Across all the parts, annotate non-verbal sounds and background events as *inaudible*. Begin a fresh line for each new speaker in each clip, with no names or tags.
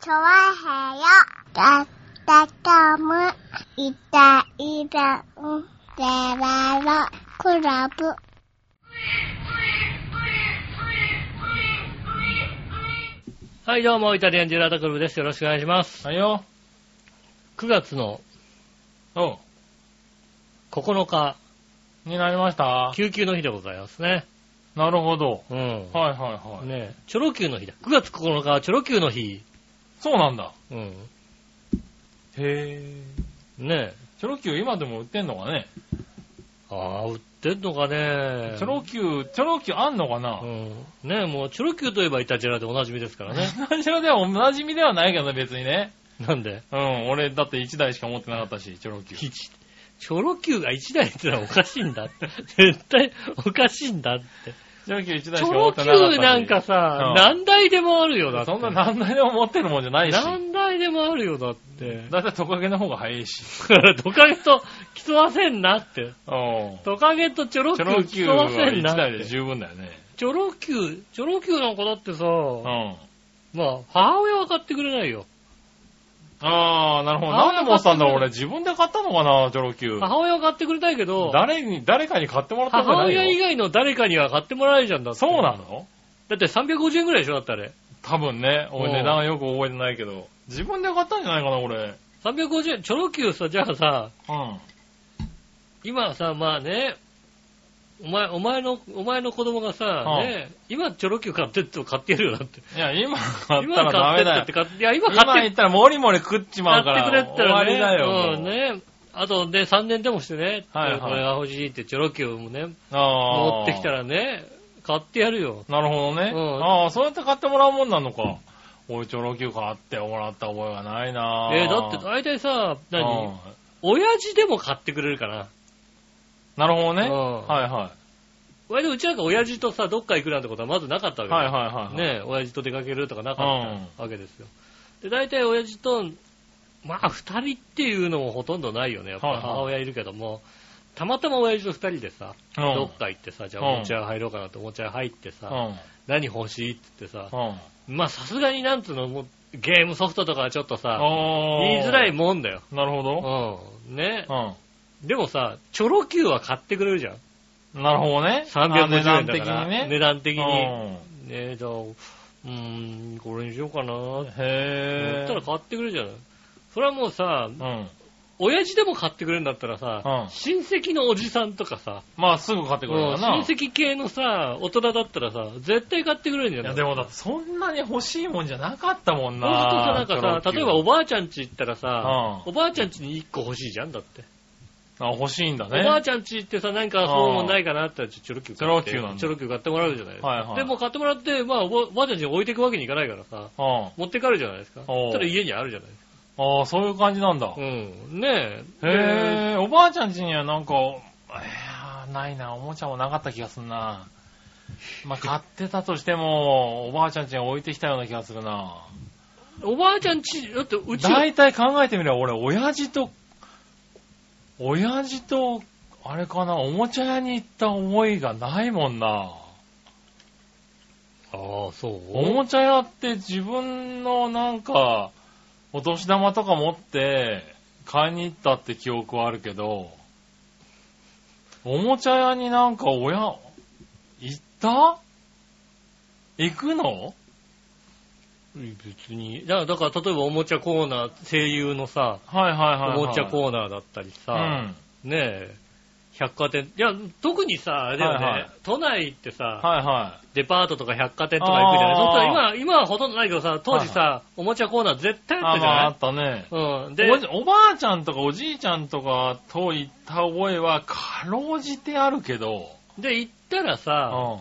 チョワヘヨだったかむいたいたんでららクラブ
はい、どうも、イタリアンジェラートクルブです。よろしくお願いします。
はいよ。
9月の
お
9日、
う。になりました
救急の日でございますね。
なるほど。
うん。
はいはいはい。
ねえチョロ Q の日だ。9月9日はチョロ Q の日。
そうなんだ。
うん。
へえ。
ねえ。
チョロ Q 今でも売ってんのかね
ああ、売ってんのかね。
チョロ Q、チョロ Q あんのかな
うん。ねえ、もう、チョロ Q といえばイタジェラでおなじみですから
*laughs*
ね。
何しろではおなじみではないけどね別にね。
なんで、
うん、俺だって1台しか持ってなかったし、チョロ Q。
一チョロ Q が1台ってのはおかしいんだ。絶対おかしいんだって。
チョロ Q 1
チ
台しか
ョ
持
ロ
ってなかった
Q なんかさ、
うん
何台でもあるよ、だって。
そんな何台でも持ってるもんじゃないし。
何台でもあるよ、だって。
だいたいトカゲの方が早
*laughs*
いし。
だからトカゲと競わせんなって。
うん。
トカゲとチョロ
チ
Q
ョロ Q
競
は
わせん
1
なっ
台で
て。
十分だよね。
チョロ Q、チョロ Q なんかだってさ、
うん。
まあ、母親は買ってくれないよ。
あー、なるほど。
あー
なんで持ってたんだろう
買って
俺。自分で買ったのかな、チョロ Q。
母親は買ってくれたいけど、
誰に、誰かに買ってもらったんじゃ
母
ない
親以
よ。
外の誰かには買ってもらえないじゃんだって。
そうなの
だって350円くらいでしょ、だってあれ。
多分ね。
うん
俺値段はよく覚えてないけど。自分で買ったんじゃないかな、俺。
350円、チョロ Q さ、じゃあさ、
うん。
今さ、まあね、お前、お前の、お前の子供がさ、
うん
ね、今チョロ Q 買ってって買ってやるよ、だって。
いや、今買っ
今
たらダ
買
メ
って
だ
っ
よ
て。買って、いや、今
今
買
言
って、
ったらもりもり食っちま
買
うか
って
ら。
くれって言
終
った
わ
らね、
りだよ。
う
も
ん、
う。
ね。あと、で、3年でもしてね、
はいはい
これが欲しいってチョロ Q もね、
あー
持ってきた。らね、買ってやるよ。
なるほどね。
うん
ああ、そうやって買ってもらうもんなのか。おい、チョロ Q 買ってもらった覚えがないな
えーだって大体さ、
うん
何親父でも買ってくれるかな。
なるほどね。
うん
はいは
割とうちなんか親父とさ、どっか行くなんてことはまずなかったわ
い。
けだよ
はいはいはい。。
ねえ、親父と出かけるとかなかったわけですよ。で、大体親父と、まあ、二人っていうのもほとんどないよね。やっ
は
ぱ
いはい
母親いるけども、たまたま親父と二人でさ、
うん。
どっか行ってさ、じゃあお
うん
もちゃ屋入ろうかなっておもちゃ屋入って
う
さ、何欲しいって言ってさ、
ん。うん。
まあさすがになんつうの、もうゲームソフトとかはちょっとさ、
ああ。
言いづらい。もんだよ。
なるほど。
うん。ね。
う
でもさ、チョロ Q は買ってくれるじゃん。
ん。なるほどね。あ
350
値
円だから。
段的にね。
値段的に。
うん
えー、じゃあ、うーん、これにしようかなって
へ
言
え。
ったら買ってくれるじゃない。それはもうさ、
うん。
親父でも買ってくれるんだったらさ、
うん
親戚のおじさんとかさ、
まあ、すぐ買ってくれ
う
る
ん
かな。
親戚系のさ、大人だったらさ、絶対買ってくれるんじゃ
い
ない
や、でもだって、そんなに欲しいもんじゃなかったもん
そうするとさ、な
な。
んかさ、例えばおばあちゃん家行ったらさ、
う
おばあちゃん家に1個欲しいじゃんだって。
あ、欲しいんだね。
おばあちゃん家行ってさ、なんかそうもんないかなって言ったら、チョロ Q 買って。
チョロ Q なんだ
チョロ Q 買ってもらうじゃないですか。
はいはい
でも買ってもらって、まあおばおばあちゃん家に置いていくわけにいかないからさ、
うん。
持って帰るじゃないですか。
おう
それ家にあるじゃないですか。
ああ、そういう感じなんだ。
うん。ねえ。で
へえ、おばあちゃん家にはなんか、えーないな、おもちゃもなかった気がするな。まあ、買ってたとしても、おばあちゃん家に置いてきたような気がするな。
おばあちゃんち、だってうち、
大体考えてみれば、俺、親父と、親父と、あれかな、おもちゃ屋に行った思いがないもんな。
ああ、そう
おもちゃ屋って自分のなんか、お年玉とか持って買いに行ったって記憶はあるけど、おもちゃ屋になんか親、行った行くの
別に。だから、だから例えばおもちゃコーナー、声優のさ、
はいはいはい、はい。
おもちゃ
う
コーナーだったりさ、
ん。
ねえ、百貨店。いや、特にさ、あれだよね、
はいはい
都内ってさ、
はいは
デパートとか百貨店とか行くじゃない
あー
そうすると今、今はほとんどないけどさ、当時さ、おもちゃコーナー絶対
い。
あっ
あ、
た
ま
じゃ
あ、あ
な
ったね。
いうん。で、
おじおばあちゃんとかおじいちゃんとかと行った覚えはかろうじてあるけど、
で、行ったら
うん。
さ、
は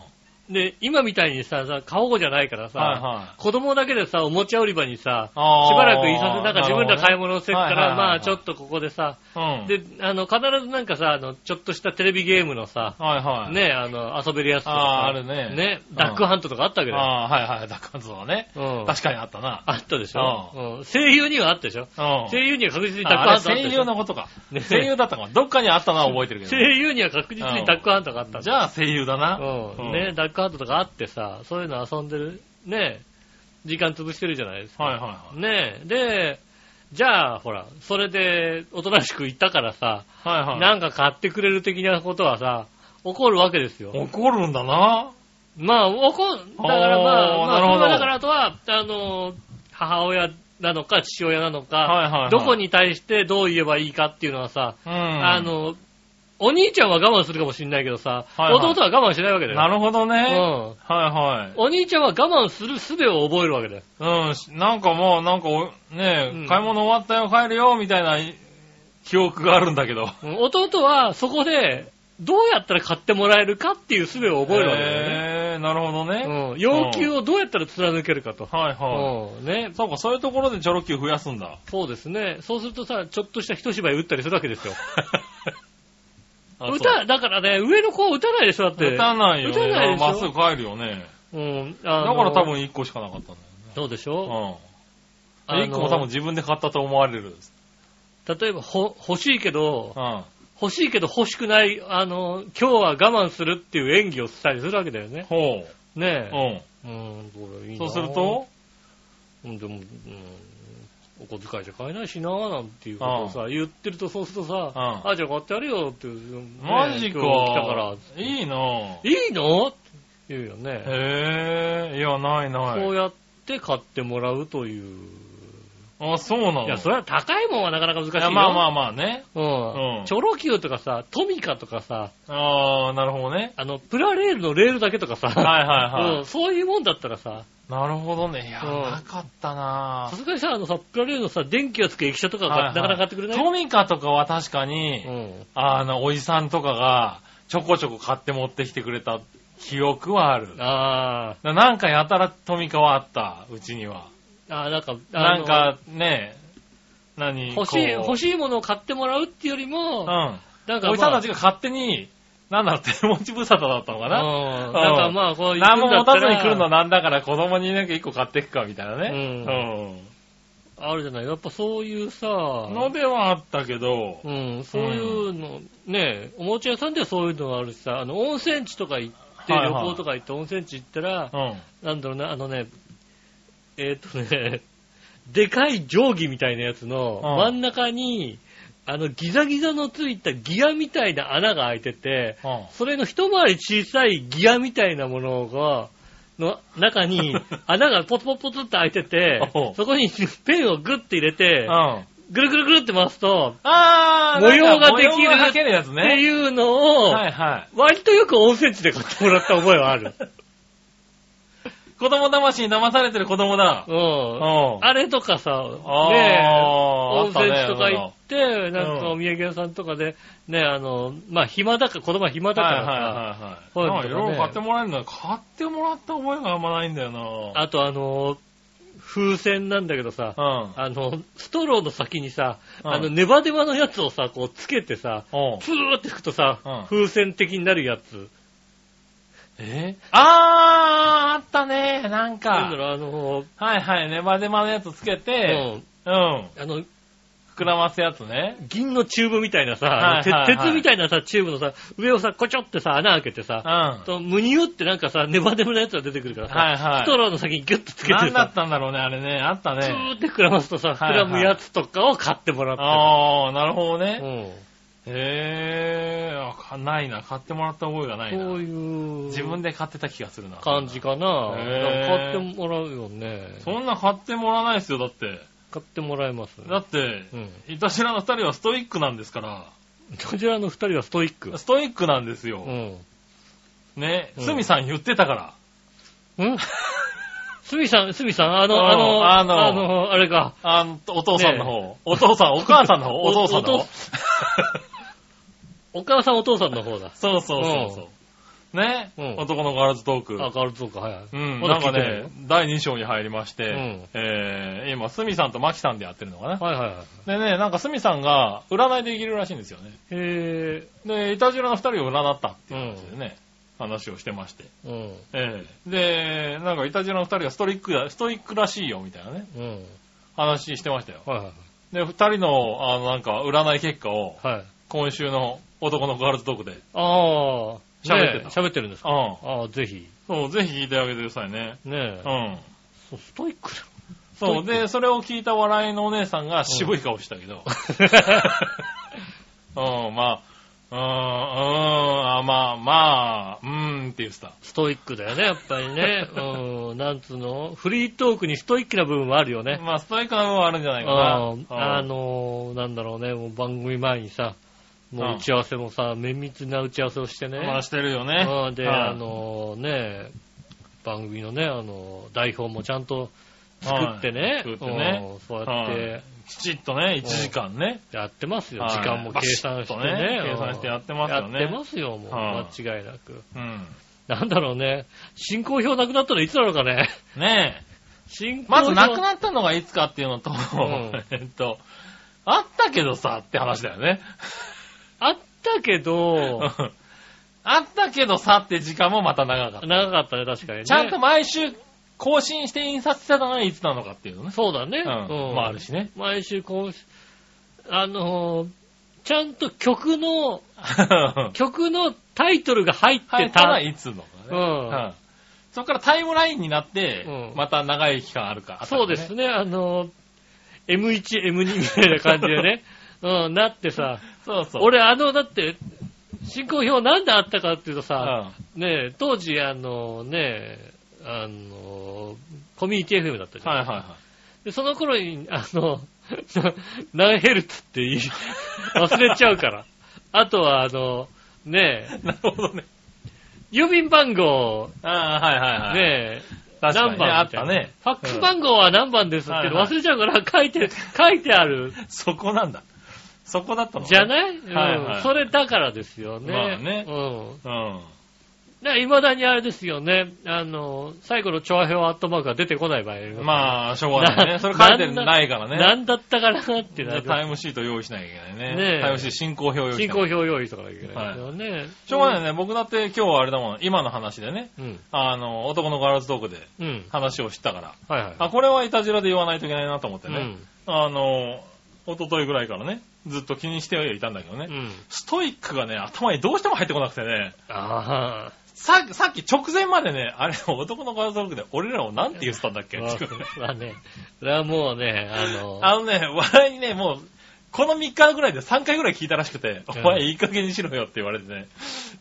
で、今みたいにさ、さ顔じゃないから
い
さ、
はい。
子供だけでさ、おもちゃ売り場にさ、し
あー
ばらくいさせ、なんか自分ら買い物をせっか
なるほど
ら、
ねはいはいはいはい
まあちょっとここでさ、
うん。
で、あの、必ずなんかさ、あの、ちょっとしたテレビゲームのさ、
はいはい。
ね、あの、遊べるやつとかさ
あーあるね
ね
う、ん
ダックハントとかあったわけだよ。
ああ、はいはい、ダッカンズはね。
うん。
確かにあったな。
あったでしょ、うん、声優にはあったでしょ
うん。
声優には確実にダック
あ
ハ
あ
ントあった
声
でし
優
ょ
のことか
ね。
声優だったかも。どっかにあったのは覚えてるけど。
声優には確実にダックハントがあったんだ
じゃあ声優だな。
うん。ね、ダックハントとかあってさ、そういうの遊んでる。ね時間潰してるじゃないですか。
はいはいはい。
ねえ。で、じゃあ、ほら、それで、おとなしく行ったからさ、
はいはい。
なんか買ってくれる的なことはさ、起こるわけですよ。
怒るんだな。
まあ、起こ、だからま
お
あ、
ー
まあ
なるほど
それはだからあとは、あの、母親なのか父親なのか、
はいはいはい
どこに対してどう言えばいいかっていうのはさ、
うん。
あ
あ、
の、お兄ちゃんは我慢するかもしれないけどさ、
はいはい
弟は我慢しないわけだよ。
なるほどね。
うん。
はい
お兄ちゃんは我慢する術を覚えるわけだよ。
はい。うんし。なんかもう、なんかお、ね
うん
え、買い物終わったよ、帰るよ、みたいない記憶があるんだけど。
うん弟はそこで、どうやったら買ってもらえるかっていう術を覚えるわけだよね。
へえ、なるほどね。
うん、要求をどうやったら貫けるかと。
はいは
うんね
い。、そうか、そういうところでチョロ Q 増やす
*laughs*
んだ。
そうですね。そうするとさ、ちょっとした一芝居打ったりするわけですよ。
あそう
歌、だからね、上の子は打たないでしょ、だって。
打たないよ
打たない
ね。
でしょ
まっすぐ帰るよね。
うん。だ
だから多分1個しかなかったん
そうでし
だ
ょ、
よね。う
あ
ん。
の
1個も多分自分で買ったと思われる。
例えば、ほ、欲しいけど
う、ん。
欲しいけど欲しくない、あの、今日は我慢するっていう演技をしたりするわけだよね。
ほ
ね
う。うん。
え。うん、これいいな
そうすると、
うん、でも、うん、お小遣いじゃ買えないしなーなんていうことをさ、言ってるとそうするとさ、
うん
あ、じゃあ買ってやるよっていう、ね
マジか。
今日来たから。
いいなぁ。
いいのって言うよね。
へえ、いや、ないな
そう
い。
やって買ってもらうという。
あ、そうなの
いや、それは高いもんはなかなか難しい
い
よ。
やまあまあまあね。
うん。
うん
チョロ Q とかさ、トミカとかさ、
ああ、なるほ
*laughs*
どね。
あの、プラレールのレールだけとかさ、
はいはいは
うん、
い。
そういうもんだったらさ、
なるほどね。いや、
うん
なかったな
さすがにさ、あのさ、プラレールのさ、電気がつく駅舎とかが、
はいはい
なかなか買ってくれない
トミカとかは確かに、
うん。
あの、おじさんとかが、ちょこちょこ買って持ってきてくれた記憶はある。
あ
ななんかやたらトミカはあった、うちには。
ーあー、なんか、あの
なんかね、何
欲しい、欲
しい。
しいものを買ってもらうっていうより
う
も、
ん。
なんか、まあ、
おじさんたちが勝手に、なんだろう、手持ち無沙汰だったのかな。
うんなんかまあ、こう、
何も持たずに来
行く
るの
んだっ
なんだから子供になんか一個買っていくかみたいなね。
たらあるじゃない。やっぱそういうさ、
うん。のではあったけど、
うん、そういうの、ねえ、おもちゃ屋さんではそういうのがあるしさ、あの、温泉地とか行って、
はいは
旅
い
行とか行って温泉地行ったら
う、ん。
なんだろうな、あのね、えーっ、とね、でかい定規みたいなやつの
うん
真ん中に、あの、ギザギザのついたギアみたいな穴が開いてて、
うん
それの一回り小さいギアみたいなものが、の中
*laughs*
に穴がポツポツポツって開いてて
お、う
そこにペンをグッて入れて
うん。、あ
ぐるぐるぐるって回すと、
あー、
模様ができる
模様が描けるやつ
って
ね。
いうのを、
はいはい。
割とよく温泉地で買ってもらった覚えはあ
*laughs*
る。
子供騙しに騙されてる子供だ。
う
うんん。。あ
あれとかさ、
あー
ねえ、
あ
温
った
泉
ね
地とか行って、なんか
うん
お土産屋さんとかで、ね、あの、まあ、暇だか、子供は暇だか
はいは
らさ、
いはいはい。
こ
な
ういうのとかね
んかいろいろ買ってもらえるんだ買ってもらった覚えがあんまないんだよな
あとあの、風船なんだけどさ、
うん。
あの、ストローの先にさ、
うん
あの、ネバネバのやつをさ、こう、つけてさ、
うん。
プーって吹くとさ、
うん
風船的になるやつ。
えあー、あったね。なん
なんだ。
か
ろう、あの、
はいはい。ネバネバのやつつけて、
うん
うん。
あの、
膨らますやつね。
銀のチューブみたいなさ、
はいはいはい
鉄鉄みたいなさ、チューブのさ、上をさ、こちょってさ、穴開けて
うん。
さ、
は
とムニュってなんかさ、ネバネバのやつが出てくるか
い
らさ、
は
スト
い。
ローの先にギュッとつけて
何だっ
さ、
たんだろうね、あれね。あった
ず
ね。
ーって膨らますとさ、膨
はい
らむやつとかを買ってもらった。
あー、なるほどね。
うん
へーあか、ないな。買ってもらった覚えがな
そ
い
うい
な。
う
自分で買ってた気がするな。
感じかな。
へー
買ってもらうよね。
そんな買ってもらわないですよ、だって。
買ってもらえます。
だって、
うん。
いたしらの二人はストイックなんですか
こちらの二人はストイック
ら。。ストイックなんです
う
よ。
ん。
ね。
うん
すみさん言ってたから。
ん *laughs* すみさん、すみさん、あの、
うん
あの、
あの
あの、あれか。
あの、お父さんの方。お父さん、お母さんの方。
*laughs* お
お父さんの
お
方
父。
*laughs*
お母さんお父さんの方だ。
そうそうそうそう。ね、
うん
男のガールズトーク。
あ、ガールズとか、はい。
うん、
まだ
なん
聞い
か
てる
ね、第2章に入りまして、
うん
えー、今、スミさんとマキさんでやってるのかな。
はいはいはい。
でね、なんかスミさんが占いできるらしいんですよね。
へ
で、イタジラの2人を占ったって
ぇー。う
いうんですよね、話をしてまして。
ん。うん。
えー、で、なんかイタジラの2人がストイックだ、ストイックらしいよみたいなね、
うん。
話してましたよ。
はいはい
で、2人の、あの、なんか占い結果を、
はい。はい。
今週の男のガールズトークで、
ああ、
喋ってた
ねえ喋ってるんですか
うん、
ああ、ぜひ。
そう、ぜひ聞いてあげてくださいね。
ねえ
う。ん。
そう、ストイック
そう。で、それを聞いた笑いのお姉さんが渋い顔してたけど。 *laughs* うん、まあ、うーん、うーん、あまあ、まあ、うーんって言ってた。
ストイックだよね、やっぱりね。うん、なんつうのフリートークにストイックな部分はあるよね。
まあ、ストイックな部分はあるんじゃないか
うん
な。
あのー、なんだろうね、もう番組前にさ、もう打ち合わせもさ、綿密な打ち合わせをしてね。
うんまあ、してるよね。
うんで、
はい
あ、のね、番組のね、あの、台本もちゃんと作ってね、
はい作ってね
うんそうやっ
は
て
きちっとね、1時間ね。
やってますよ。
はい
時間も計算してね。
バシッとね計算してやってますよね
やってますよ、もう。
は
間違いなく。
うん。
なんだろうね、進行表なくなったらいつなのかね。
ねえ。
進行
まず
表
亡くなったのがいつかっていうのと、
ん
*laughs* えっと、あったけどさって話だよね。
あったけ
*laughs*
ど、
あったけどさって時間もまた長かった。
長かったね、確かにね。
ちゃんと毎週更新して印刷してたのがいつなのかっていうのね。
そうだね。
うんまああるしね。
毎週こう、あのーちゃんと曲の、曲のタイトルが入ってた。
入ったらいつの
う
かね。
ん
うんそこからタイムラインになって
うん、
また長い期間あるか。
そうですね、あのー M1、M2 みたいな感じで
*laughs*
ね。うん、なってさ、
そうそう。
俺あの、だって、進行表なんであったかっていうと
う
さ、
ん
ねえ当時あのねえ、あのーコミュニティ FM だったじゃん。
はいはいは
で、その頃に、あの、 *laughs* 何ヘルツって言い、 *laughs* 忘れちゃうから。あとは、あの、ねえ、
い。なるほどね。
郵便番号、
ああ、はいはいはい。
ねえ、
確か
何
にね
番
あ
み
った
い
た
な
ね。
ファックス番号は何番ですっていうの
はいはい
忘れちゃうから、書いて、書いてある、
そこなんだ。そこだったのね
じゃない、
はいはい
うんそれだからですよね。
まあね
うん。
うん。
だから、未だにあれですよね、あの、最後の調和表アットマークが出てこない場合あります
まあ、しょうがないね。
な
それ書いてないから
ね。
ね。
何だったかなってな
じゃあ
る。
タイムシート用意しなきゃいけないね。
ねえ
タイムシート進行表用意しなき
進
ゃ
行表用意とかなきゃいけないですよね。
しょうがないよね。僕だって今日はあれだもん。今の話でね。
うん。
あの、男のガールズトークで
うん。
話を知ったから。
はいはい。
あ、これはいたじらで言わないといけないなと思って
う
ね。
ん。
あの、一昨日ぐらいからね。ずっと気にしてはいたんだけどね。
うん。
ストイックがね、頭にどうしても入ってこなくてね。
ああ。
ささっき直前までね、あれ、男のガールズトークで俺らをなんて言ってたんだっけ
まあまあね、それはもうね、あの、
あのね、笑いにね、もう、この3日ぐらいで3回ぐらい聞いたらしくて、お
うん
前いい加減にしろよって言われてね、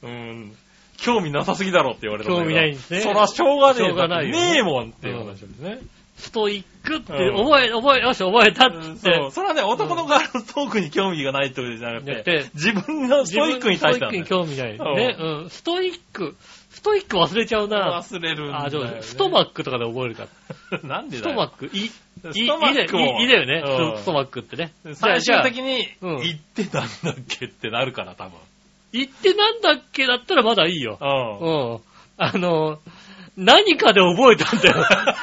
うーん、興味なさすぎだろって言われたんだけど
興味ないんですね
そらしょうがねえ
しょうがないよ
ねえもんっていう話ですね。
ストイックって覚え、覚え、よし、覚えたっつって、
そう、それはね、男のガールズトークに興味がないってことじゃなく
やってて、
自分のストイックに対してなんだ
自
よ
分のストイックに興味ない。ね、うん。ストイック、ストイック忘れちゃうな。
忘れるんだよ、ね。
あ、そうです。ストマックとかで覚えるから。
ク。なんで
スト
だよ
マック、い、い、い、い
ストマックも
いいだよね
う。ん
ストマックってね。
最
じゃあ
終的に、
うん
言ってたんだっけってなるから、多分。
言ってなんだっけだったらまだいいよ。
うん
うん。あの、何かで覚えたんだ
*laughs*
よ。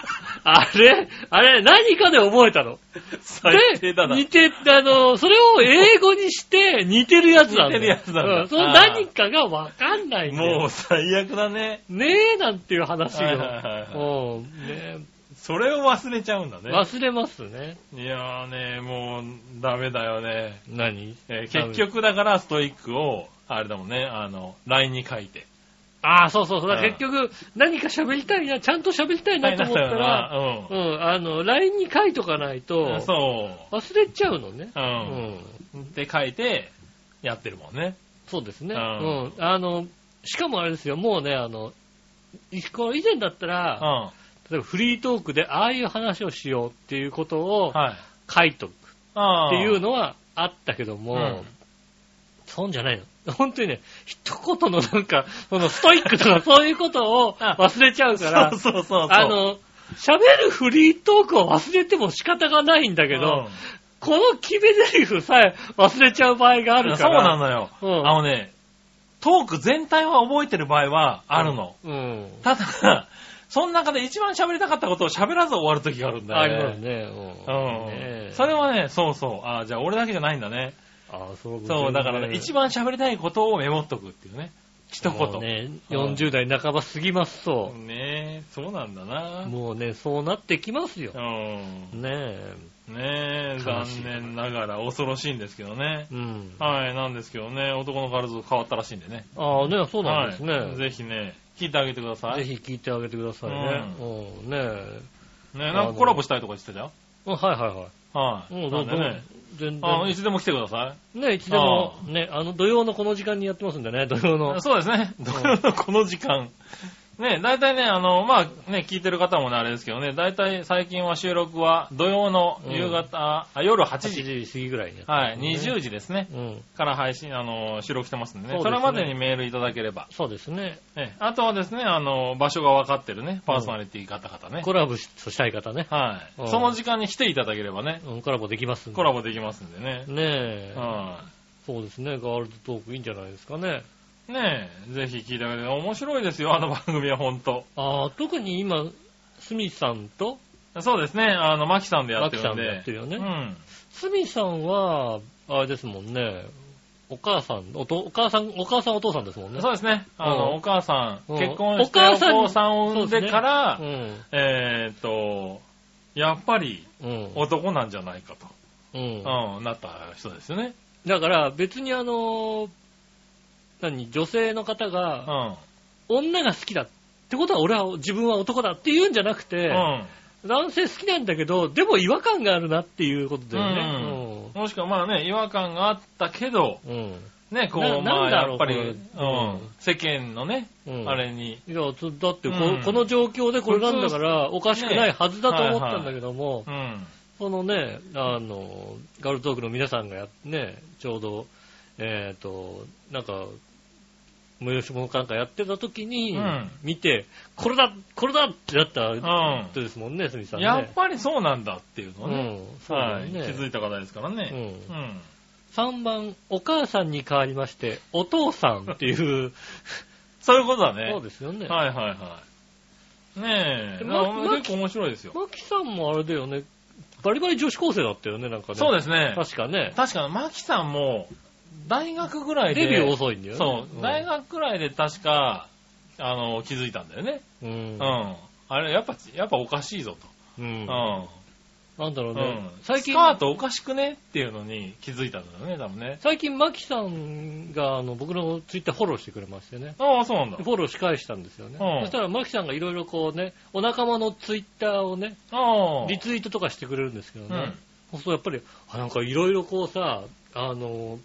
あれあれ何かで覚えたの。
最低だな。
で似て、あの、それを英語にして似てるやつなんだよ。
似てるやつなんだ
うんその何かがわかんないんだよ
もう最悪だね。
ねえなんていう話
はいはいはい
を。うんね
それを忘れちゃうんだね。
忘れますね。
いやーね、もうダメだよね。
何
えー結局だからストイックを、あれだもんね、あの、LINE に書いて。
ああ、そうそうそう。
うん
結局、何か喋りたいな、ちゃんと喋りたいなと思ったら、
うん
う。ん、あの、LINE に書いとかないと、
そ
忘れちゃうのね。
う。う。
うんん。
って書いて、やってるもんね。
そうですね。
う
うんん。あの、しかもあれですよ、もうね、あの、いこう以前だった
う
ら
ん。、は
例えばフリートークでああいう話をしようっていうこと
い
を。書いとくっ
あー
ていうのはあったけども、
うん
そんじゃないの。 *laughs* 本当にね、一言のなんか、そのストイックとかそういうことを忘れちゃうから、
そうそうそうそう。
あの、喋るフリートークを忘れても仕方がないんだ
う
け
ん、
ど、この決め台詞さえ忘れちゃう場合があるか
そうな
ら。
のよ。
うん
あのね、トーク全体は覚えてる場合はあるの。
そうなの。うん。
ただ、その中で一番喋りたかったことを喋らず終わる時があるんだよ
あ
ね。
りますね。
うん。それ
は、
はね、そうそう。ああ、じゃあ俺だけじゃないんだね。
あそう
そう、だからね、一番喋りたいことをメモっとくっていうね。一
もう
言。ね
ね、40代半ば過ぎますと、
え、そうなんだな。
もうね、そうなってきますよ
う。ん。
ねえ。
ねえ、
悲
残
しい
念ながら恐ろしいんですけどね。
うん。
はい、なんですけどね、男のガールズ変わったらしいんでね。
ああ、ね、そうなんですね。
はいぜひね、聞いてあげてください。
ぜひ聞いてあげてくださいね。うん、ねえ。
ね、なんかコラボしたいとか言ってたじゃん。
うんはいはいはい。
はい。
もう
なん
ど
で
う
ね。
全
あの、
然。
いつでも来てくださ
ね、いつでも、ね、あの、土曜のこの時間にやってますんでね、土曜の
い。。そうですね。土曜のこの時間。ね、大体ね、あの、まあ、ね、聞いてる方もね、あれですけどね、大体最近は収録は土曜の夕方、あ夜8
8
時。
時過ぎぐらいにやってま
は
す
い、
んでね。
20時ですね。
うん。
から配信、あの、収録してますんでね。
そうですね
それまでにメールいただければ。
そうですね。
ええあとはですね、あの、場所が分かってるね、パーソナリティ方々ね。
コラボしたい方ね。
は
うん
い。その時間に来ていただければね、
うん、コラボできますんで。
コラボできますんでね。
ねえ。
は
そうですね。ガールズトークいいんじゃないですかね。
い。ねえ、ぜひ聞いてあげて、面白いですよ、あの番組は本当
ああ、特に今、スミさんと、
そうですね、あの、マキさんでやってるんで。
マキさんでやってるよね
うん。
スミさんは、あれですもんね。お母さん、おとお母さん、お母さんお父さんですもんね。
そうですね、あの、
うん
お母さん、
うん
結婚し
お
て
母
お
さんに
子さんを産んでから、
うん。
えーっと、やっぱり
うん。
男なんじゃないかと、
うん。
うん、なった人ですよね。
だから別にあのー何、女性の方
う
が、
ん。
女が好きだってことは俺は、自分は男だって言うんじゃなくて、
うん。
男性好きなんだけど、でも違和感があるなっていうことだよね。
もしくはまあね、違和感があったけど、
うん。うん。
ね、こ
な
う、ま
なん
あ
だ
や
ろう
っぱり、
こ
う
れうん
ん、世間のね、
うん
あれに、
いや、つだってこ、
うん
この状況でこれなんだから、おかしくないはずだと思ったんだけども、
うん、
そのね、あの、ガールズトークの皆さんがやね、ちょうど、えっ、と、なんか、催し物かなんかやってた時に
うん、
見て、これだ、これだってなった
ん
人ですもんね、すみさんね。
やっぱりそうなんだっていうの
う
ね、
ん、そうだ
は
よ
い、
ね。
気づいた方ですからね。
うん
ん。
3番、お母さんに代わりまして、お父さんっていう、
そういうことだ *laughs* ね。
そうですよね。
はいはいはい。ねえ、
でま
なんか結構面白いですよ。
マキさんもあれだよね、バリバリ女子高生だったよね、なんかね。
そう
す。
ですね。
確かね。
確か、マキさんも、大学ぐらい
デ
で、
ビュー遅いんだよね。
そう、大学ぐらいで確か、あの、気づいたんだよね。
うん。
う
うん
ん。あれ、やっぱ、やっぱおかしいぞと。
うん。
う。
なんだろうんね。
うん。
最近
ス、カートおかしくねっていうのに気づいたんだよね、多分ね。
最近、マキさんが、あの、僕のツイッターフォローしてくれましてね。
ああ、そうなんだ
フ。ォローし返したんですよね。
うん
そしたら、マキさんがいろいろこうね、お仲間のツイッターをね、
ああ。
リツイートとかしてくれるんですけど
う
ね
ん。。
そうするとやっぱり、あなんかいろいろこうさ、あの、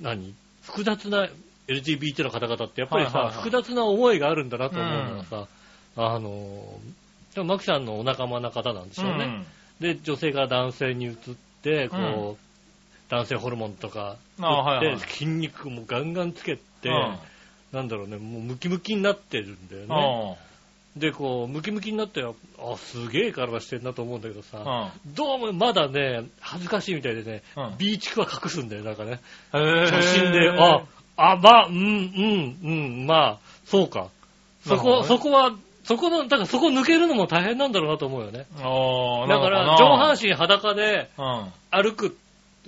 何複雑な LGBT の方々ってやっぱりさ、
はいはいはい
複雑な思いがあるんだなと思うのがさ、あの、でもマキさんのお仲間な方なんでしょうね。で、女性から男性に移って、こう、
う
男性ホルモンとか
うん。ああ、はい
で
はい。
筋肉もガンガンつけて、
うん
なんだろうね、もうムキムキになってるんだよね。
あ
で、こう、ムキムキになって、あ、すげえ体してんなと思うんだけどさ、
あ
どうもまだね、恥ずかしいみたいでね、
うん
B 地区は隠すんだよ、なんかね。
うん。
写
写
真で、あ、あ、まあ、うん、うん、うん、まあ、そうか。そ
なるほ
こ、
どね
そこは、そこの、だからそこ抜けるのも大変なんだろうなと思うよね。
ああ、
だから、上半
身。
身裸で
うん。
歩く、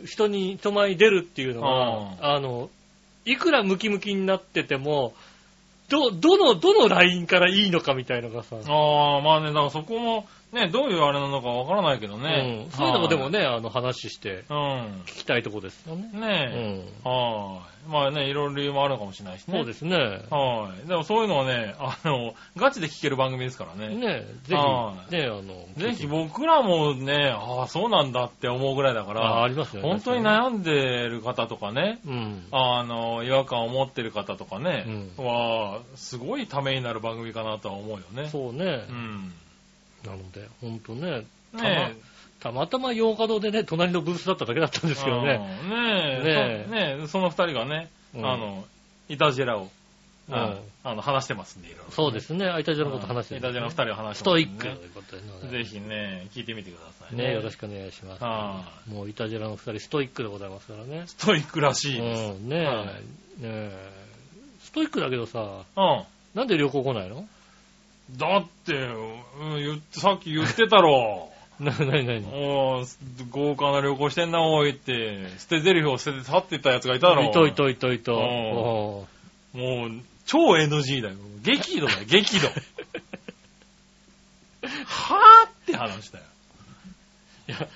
人に、人前に出るっていうのは、
う
あの、いくらムキムキになってても、ど、どの、どのラインからいいのかみたいのがさ、
ああ、まあね、だからそこも、ね、どういうあれなのかわからないけどね。
うんそういうのもでもね、あの、話して
はい。
聞きたいとこですよね。
うん。
う
ね
ん。
え。はい。まあね、いろいろ理由もあるのかもしれないしね。
そうですね。
はい。でもそういうのはね、あの、ガチで聞ける番組ですからね。
ねぜ
は
ひ、ねあの、
ぜひ僕らもね、ああ、そうなんだって思うぐらいだか
ああ
ら、
りますよね。
本当に
い。
悩んでる方とかね、
うん。
あの、違和感を持ってる方とかね、は、すごいためになる番組かなとは思うよね。
そうね
う。ん。
なので、本当ね、
ねえ。
たまたま洋華堂でね、隣のブースだっただけだったんですけどね。
うん。ね
ねえ
え。そねえ、その二人がね、
うん
あの、イタジェラを、
うん
あのあの、話してますんで、いろいろ。
そうですね。相手じゃのこと話して
うん
る
イタ
ん
ジ
で
ェ
す
ラ
ね
の二人が話し
ス
てま
ト
す
イ
ん
ック
で
と
ね
いうことで
ぜひね、聞いてみてください
ねよろしくお願いします。
は
もうイタジェラの二人、ストイックでございますからね。
ストイックらしいです。
うん、ね
は
え。
い
ねえ。ストイックだけどさ、
うん。
なんで旅行来ないの *laughs*
だって、うん、言って、さっき言ってたろ。
な、なになに
おー豪華な旅行してんな、おいって、捨て台詞を捨てて去っていったやつがいたろ。
いといといといと。
うん
おう
もう、超 NG だよ。激怒だよ、激
*laughs*
怒。はぁって話だよ。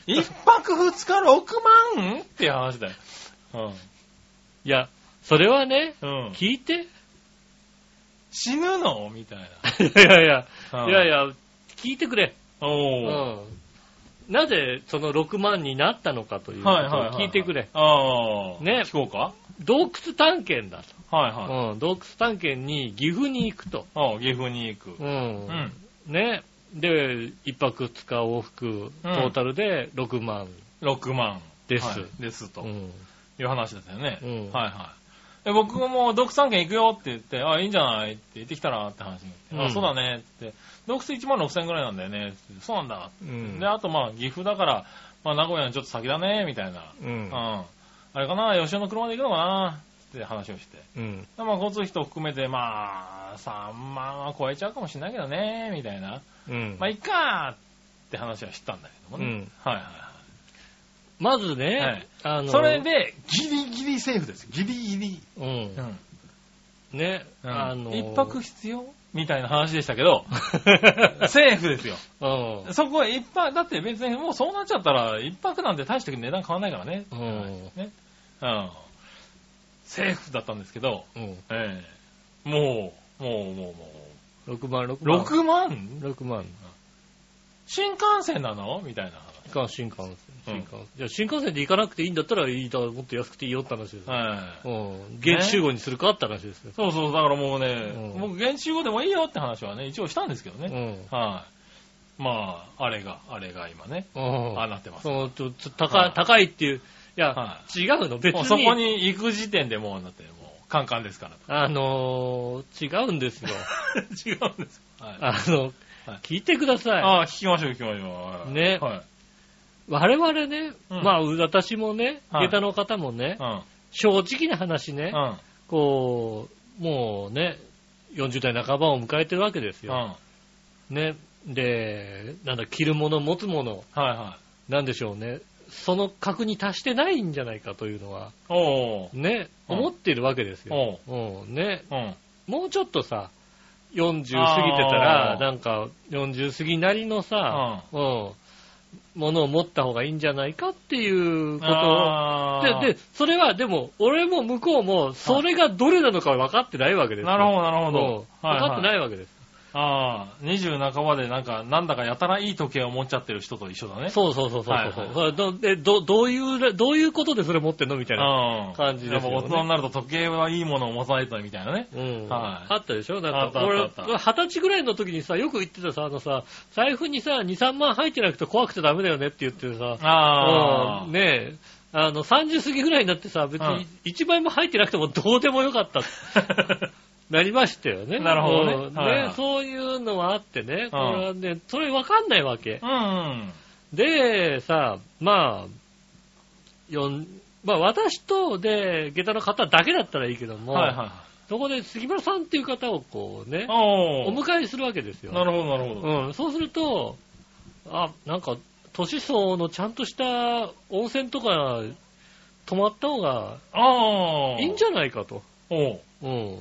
一泊二日6万って話だよ。
いや、それはね、
うん。うん、
聞いて。 *laughs*
死ぬのみたい
いやいや、
な。
いやいや、聞いてくれ。う
おー。
ん。なぜその6万になったのかということを
はいはいはい。
聞いてくれ。。
ああ。
ね
聞こうか
洞窟探検だ
はい
と。
はい。
うん。洞窟探検に岐阜に行くと。
ああ、岐阜に行く。
う。
うんん。
ね。で、1泊2日往復、トータルで6万
6万。
です。
はいですと
う。ん。
いう話ですよね。
うん
はいはい。で僕も独産券行くよって言って、あ、いいんじゃないって言ってきたらって話になっ
う
て、
ん
あ、そうだねって言って、洞窟1万6千円ぐらいなんだよねって言ってそうなんだ。
うん
で、あとまあ岐阜だから、まあ名古屋のちょっと先だね、みたいな。
う
うんん。。あれかな、吉尾の車で行くのかなって話をして。
うん。
でまあ交通費と含めて、まあ、3万は超えちゃうかもしれないけどね、みたいな。
うん
まあ、いっかって話は知ったんだけどもね。
うん
はいはいはい。
まず
は
ね
い、
あの、
それで、ギリギリセーフです。ギリギリ。
うん
う。ん。
ね、
あ
あ
の
の、*laughs*
一泊必要みたいな話でしたけ *laughs* ど、セーフですよ。
うん。
そこは一泊、だって別にもうそうなっちゃったら、一泊なんて大して値段変わんないからね。
うん
ね。うん。セーフだったんですけど、
うん。
ええもう、もう、もう、も
6万、6
う、
万。
6万
6万。
新幹線なのみたいな
か新幹線。
うん
新幹線。じゃあ新幹線で行かなくていいんだったらいいだ、もっと安くていいよって話ですよ。
話。ええ
うん。現地集合にするかって話ですよ。
そうそう、だからもうね、
うん
僕、現地集合でもいいよって話はね、一応したんですけど
う
ね。
ん。
はい。まあ、あれが、あれが今ね、
うん。
ああなってます
そ。の、ちょ、ちょ
は
高
い
い、高いっていう。いや
は、
違うの、別
もうそこ
に。
に行く時点でもう、だってもう、カンカンです
*laughs*
から。
あのー、違うんです
*laughs*
よ。
違うんです。はい。
あの
はい、
聞いてください。
ああ、聞きましょう、聞きましょうはい。
ね
はい。
我々ね、
うん
まあ、私もね、
はい
下駄の方もね
う、ん。
正直な話ね、
うん。
こう、もうね、40代半ばを迎えてるわけです
うん。
よ。
はい
ね。で、なんだ、着るもの、持つもの、
はい。
なんでしょうね。その格に達してないんじゃないかというのは、
おー。
ね、
うん
思ってるわけですよ。うんね、
うん。
もうちょっとさ、40過ぎてた
あ
ら、
ー
なんか、40過ぎなりのさ、うん、ものを持った方がいいんじゃないかっていうこと
あ
を。
ー
で、で、それはでも、俺も向こうも、それがどれなのか分かってないわけですよ。
なるほど、なるほど。
ど。分かってないいわけです。
ああ、20半ばでなんか、なんだかやたらいい時計を持っちゃってる人と一緒だね。
そうそうそうそう
はい
そう、
はい
それどでど。どういう、どういうことでそれ持ってんのみたいな。
うん。
感じですよね
やっぱ大人になると時計はいいものを持たないとみたいなね。
うん
はい
あったでしょ
あ
な
っ
ん
た
か、
あ
俺、
っ
二
たあ
十
った
歳ぐらいの時にさ、よく言ってたさ、あのさ、財布にさ、2、3万入ってなくて怖くてダメだよねって言ってさ、
ああ。
うんねえ、あの、30過ぎぐらいになってさ、別
うん
に1枚も入ってなくてもどうでもよか
*laughs*
った。なりましたよね。
なるほどね
うん
はいはい
ねそういうのはあってね、これはね、それわかんないわけ
う。ん。
で、さ、まあ、よんまあ私と、で、下駄の方だけだったらいいけども、
はいは
そこで杉村さんっていう方をこうね
い。、お
お
ー。
迎えするわけですよ。
なるほど、なるほど。
うん、そうすると、あ、なんか、年相のちゃんとした温泉とか泊まった方が
ああ。
いいんじゃないかと。
おう
うん。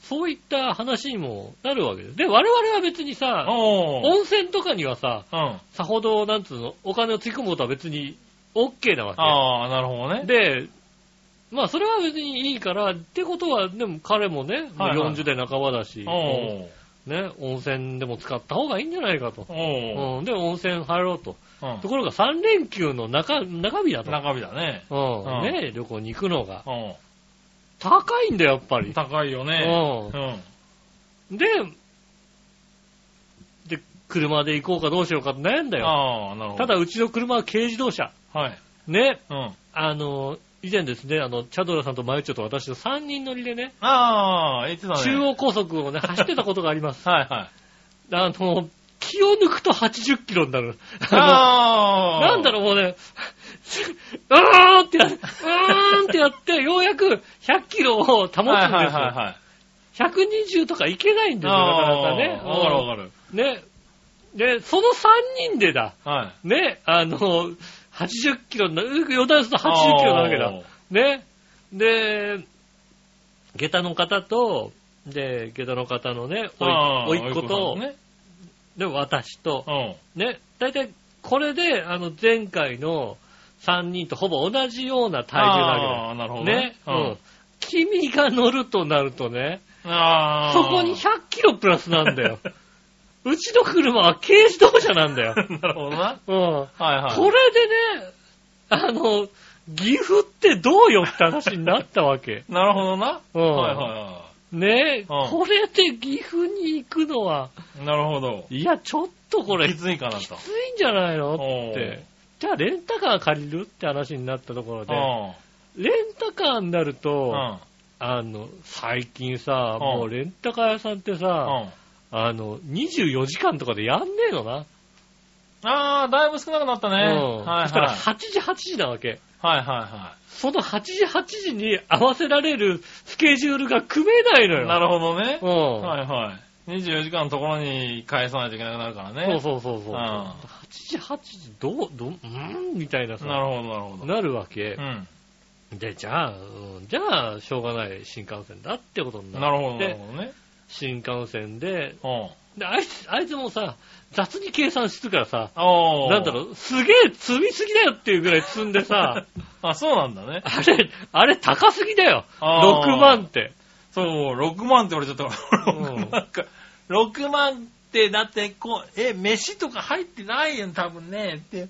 そういった話にもなるわけです。で、我々は別にさ、
おう
温泉とかにはさ、
うん。
さほど、なんつうの、お金をつぎ込むことは別に OK なわ
ああ、なるほど
け。
ね。
で、まあそれは別にいいから、ってことは、でも彼もね、もう
はいはい
40代半ばだし、
おう
ね、温泉でも使った方がいいんじゃないかと。
おう
うん、で、温泉入ろうと。
うん
ところが3連休の中、中日だと。
中日だね。
うん、
うん
ね、旅行に行くのが。
お
高いんだよ、やっぱ
う
り。
高いよね。
う
うん。
ん。で、で、車で行こうかどうしようか悩んだよ。
ああ、なるほど。
ただ、、うちの車は軽自動車。
はい。
ね、
うん。あ
あの、以前ですね、あの、チャドラさんとマユチョと私の3人乗りでね、
あ、言ってたね。
中。央高速をね、走ってたことがあります。
*laughs* はいはい。
あの、気を抜くと80キロになる。あの
ああ。
*laughs* なんだろう、もうね、うーんってや、うーんってやって、ようやく100キロを保つんですよ。
はいはいはいはい。
120とかいけないんですよ、なかなかね。
ああわかるわかる。
ね。で、その3人でだ。
はい。
ね、あの、80キロな、余談すると80キロなわけだ。ね。で、下駄の方と、で、下駄の方のね、
ああ。
おいおいっ子
お
と、
いっ
で、私と、
子ね。
ね、大体これで、あの、前回の3人とほぼ同じような
うん。
体重
ああ、なる
なわ
ほど
けだよ。ね、う。
うん
君が乗るとなるとね、
ん。ああ。
そこに100キロプラスなんだよ。う *laughs* うちの車は軽自動車なんだよ。
*laughs* なるほどな。
うん。
はいはい。。
これでね、あの、岐阜ってどうよって話になったわけ
なるほどな。
うん。
はいは
ねえ、
うん
これで岐阜に行くのは、
いはい。なるほど。
いや、ちょっとこれ、
き
きつ
ついかなと。
いんじゃないのっ
お
て
ー。
じゃあ、レンタカー借りるって話になったところで、
う
レンタカーになる
ん。
と
う、ん。
あの、最近さ、
ん
もうレンタカー屋さんってさ、
うん。
あの、24時間とかでやんねえのな。
あー、だいぶ少なくなったね。
うん。そ
はい
したら
は
8時8時なわけ。
い。はいは
その8時8時に合わせられるスケジュールが組めないの
いは
よ。
い。な
る
るほどね。
ほ
はいはい。24時間のところに返さないといけなくなるから
うん。そう
ね。
そうそうそう。
うん
8時8時、どう、どう、うーんみたいなさ、
なるほど、なるほど。
なるわけ
う。ん。
で、じゃあ、うんじゃあ、しょうがない新幹線だってことになって。
なるほど、なるほどね。
新幹線で、
うん。
で、あいつ、あいつもさ、雑に計算してるからさ、
おー。
なんだろう、すげえ積みすぎだよっていうぐらい積んで
*laughs*
さ、
あ、そうなんだね。
あれ、あれ高すぎだよ。
あー
6万って。
そう、6万って言われちゃったから。
うん
6万か。6万って、だって、こう、え、飯とか入ってないやん、多分ね。って。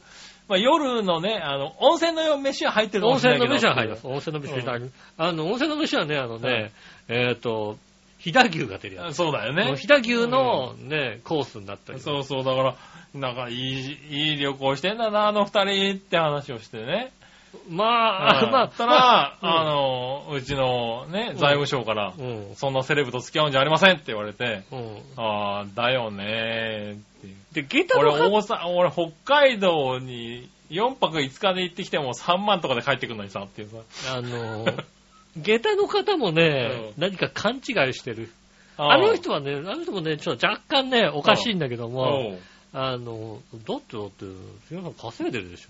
まあ、夜のね、あの、温泉の飯は入ってるか
温
もしれ
泉
ないけ
の飯は
ど。
入りま
って
す。温泉の飯
うん
いただきますあの、温泉の飯はね、あの
はい
ね、えっと、飛騨牛が出る
いう
や
あ
つ。
そうだよ
もう
ね。
飛騨牛のね、コースになったり。
そうそう、だから、なんか、いい、いい旅行してんだな、あの二人って話をしてね。
まあ、
う
*laughs*
ん
まあ
そし、たら、
まあ
あの、うちのね、財務省から、
うん。
そんなセレブと付き合うんじゃありませんって言われて、
うん。
ああ、だよねーっていう。
で、下駄
俺、
の
大阪、俺、北海道に4泊5日で行ってきても3万とかで帰ってくるのにさ、っていうさ。
あ
*laughs*
の、下駄の方もね、
う
何か勘違いしてる。
あ
あの人はね、あの人もね、ちょっと若干ね、おかしいんだけども、
も。
あの、だってだって、皆さん稼いでるでし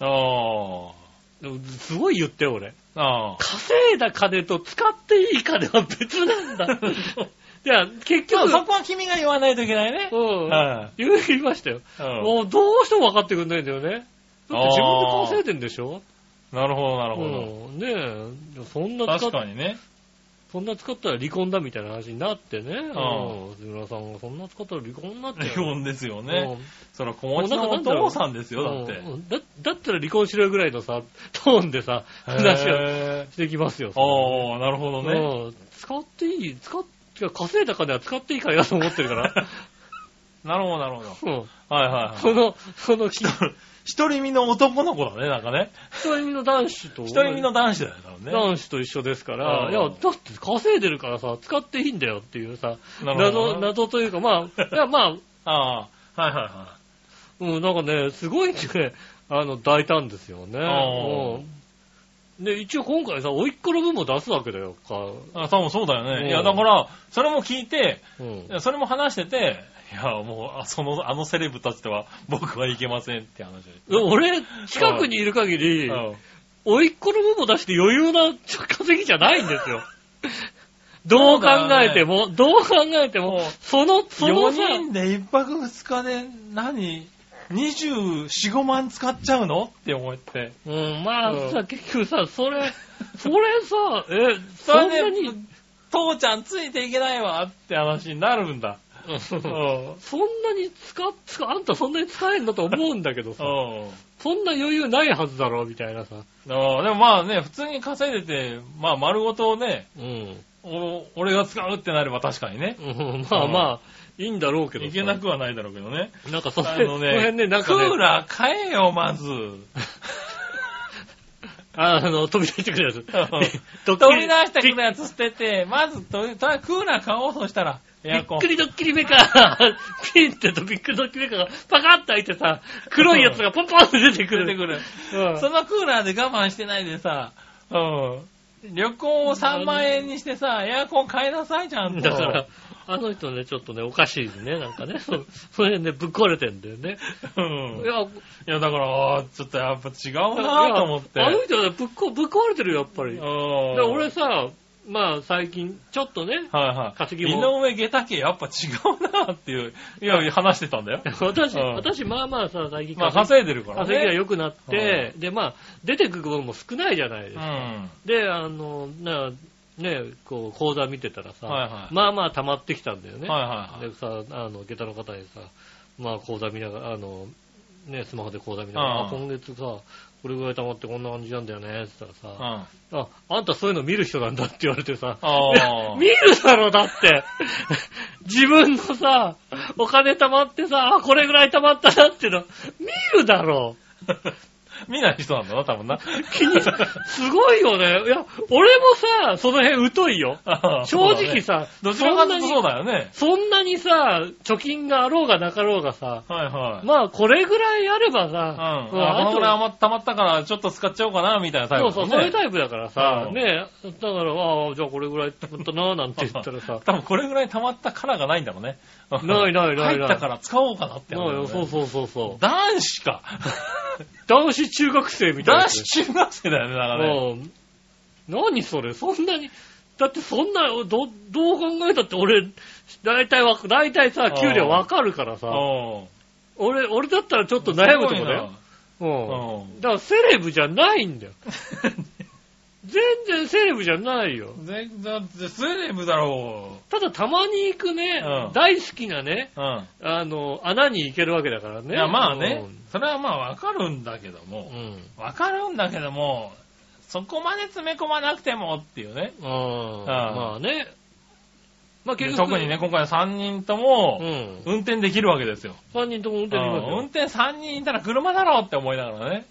ょ。
あ
でもすごい言ってよ、俺。
あ。ああ。
稼いだ金と使っていい金は別なん
*laughs*
だ。いや、結局、
今日そこは君が言わないといけないね。
うん、
は
言う言いましたよ。
いうん
もうどうしても分かってくんないんだよね。だって自分で稼いでんでしょ
なるほど、なるほど。
うん。ねえ、そんな使
確
っ
かにね。
そんな使ったら離婚だみたいな話になってね。
ん
うん。杉村さんがそんな使ったら離婚になっちゃう
離
よ。
婚ですよ
うん。
*laughs* ね。そら、子持ちのお父さんですよ、だって。
うんだだったら離婚しろよぐらいのさ、トーンでさ、話を
へ
してきますよ。
ーああ、なるほどね。
うん使っていい、使って、稼いだ金は使っていいからやと思ってる
*laughs*
から。
なるほど、なるほど。
うん。
はいはい
*laughs*
はい。
その、その、
*laughs*
ひ
一人身の男の子だね、なんかね。
一人身の男子と、
一人身の男子だよね、多分ね。
男子と一緒ですから、
うん
いや、だって稼いでるからさ、使っていいんだよっていうさ、
なるほど
謎、
な
謎というか、まあ、いや、まあ、
ああ、はいはいは
うん、なんかね、 *laughs* すごいね、あの、大胆ですよね。
あ
うん。で、一応今回さ、甥っ子の分も出すわけだよ、か。
い。あ多分そうだよ
うん
ね。いや、だから、それも聞いて、
うん。
それも話してて、いや、もう、あその、あのセレブたちとは僕はいけませんって話をして。
俺、近くにいる限り、
うん
甥っ子の分も出して余裕な稼ぎじゃないんです
*laughs*
よ。どう考えても、どう考えても
うん、
その、その
4
さ、
人で1泊2日で何、24、5万使っちゃうのって思って。
うん、まあ
う
さ、結局さ、そ
*laughs*
れ、それさ、え、そ
そ
んな
れで
に、、
父ちゃんついていけないわって話になるんだ。うん。
そんなに使っ、使あんたそんなに使えんだと思うんだけどさ、
うん
そんな余裕ないはずだろ、みたいなさ。
ああでもまあね、普通に稼いでて、まあ丸ごとをね、
うん。
お俺が使うってなれば確かにね。
うんまあまあ、いいんだろうけどさ
いけなくはないだろうけどね。
なんかその
あ
辺
の
その辺ね、なんか
クー
ね、
ラー買えよ、まず。
あの、飛び出してくるやつ。ドッ
飛
キ
び
リ
出してくるやつ捨てて、まずとり、とりあえずクーラー買おうとしたら、エ
び
ア
っ
コン。
くりドッキリメカ *laughs* ー、ピンってとびっくりドッキリメカーがパカッと開いてさ、黒いやつがポンポンって出てく
出
る。
てくる。
うん
そのクーラーで我慢してないでさ、うん。旅行を3万円にしてさ、エアコン買いなさい、ちゃんと。
だから、あの人ね、ちょっとね、おかしいね、なんかね。そうそれね、ぶっ壊れてんだよね。
うん。
いや、
いや、だから、あーちょっとやっぱ違う
い
な
や
と思って。
あの人ね、ぶっこぶっ壊れてるよ、やっぱり。で
うん
俺さ、まあ最近、ちょっとね、
はいはい。
稼
井
ぎも。
上下駄家やっぱ違うなっていう、いや、話してたんだよ。
私、
うん
私、まあまあさ、最近
まあ
稼
稼いでるからね。
ぎが良くなって、で、まあ、出てくる分も少ないじゃないです
う
か。
ん。
で、あの、な、ね、こう、講座見てたらさ、
はいはい
まあまあ溜まってきたんだよね。
はいはいはい。
でさ、あの、下駄の方にさ、まあ講座見ながら、あの、ね、スマホで講座見ながら、
うん
あ今月さ、これぐらい溜まってこんな感じなんだよね、って言ったら
う
さ、
ん。
あ、あんたそういうの見る人なんだって言われてさ、
ああ。
見るだろ、だって。自分のさ、お金貯まってさ、あ、これぐらい貯まったなっていうの、見るだろ。
見ない人なんだな、多分な。
気にすごいよね。いや、俺もさ、その辺疎いよ。 *laughs* 正直
そう
さ、
だね。どち
そ
らか
ん
とい
な
うと
に
そ、うだよね。
そんなにさ、貯金があろうがなかろうがさ、
はいはい。
まあ、これぐらいあれば
うん。
さ、うん
あ、このぐらい
あ
余ったまったから、ちょっと使っちゃおうかな、みたいなタイ
と
プ、
そ
ね。
うそう、そういうタイプだからさ
う、ん、
ねえ、だから、ああ、じゃあこれぐらいってことな、なんて言ったら *laughs* さ
多分これぐらい溜まったからがないんだろうね。うん
ないないないない
入ったから使おうかなって
まあよそう
う。
そうそうそう。
男子か。
男子中学生みたいなや
男
つ
子
ね。
中学生だよね、だからね。
うん。何それそんなに、だってそんな、ど、どう考えたって俺、大体わ、大体さ、給料わかるからさ、
うん
俺、俺だったらちょっと悩むとこだよ。。う *laughs*
すごい
ん。だからセレブじゃないんだよ。全然セレブじゃないよ。
なうん。だって、セレブだろ
ただたまに行くね、
うん
大好きなね、
う。うん。
あの、穴に行けるわけだからね。
いや、まあね、それはまあわかるんだけど
う
も、
ん。
わかるんだけども、そこまで詰め込まなくてもっていうね。
うん。まあね。まあ結局。
特にね、。今回は3人と
う
も、
ん。
運転できるわけですよ。
3人とも運転できます
うん運
よ。
転3人いたら車だろうって思いながらね。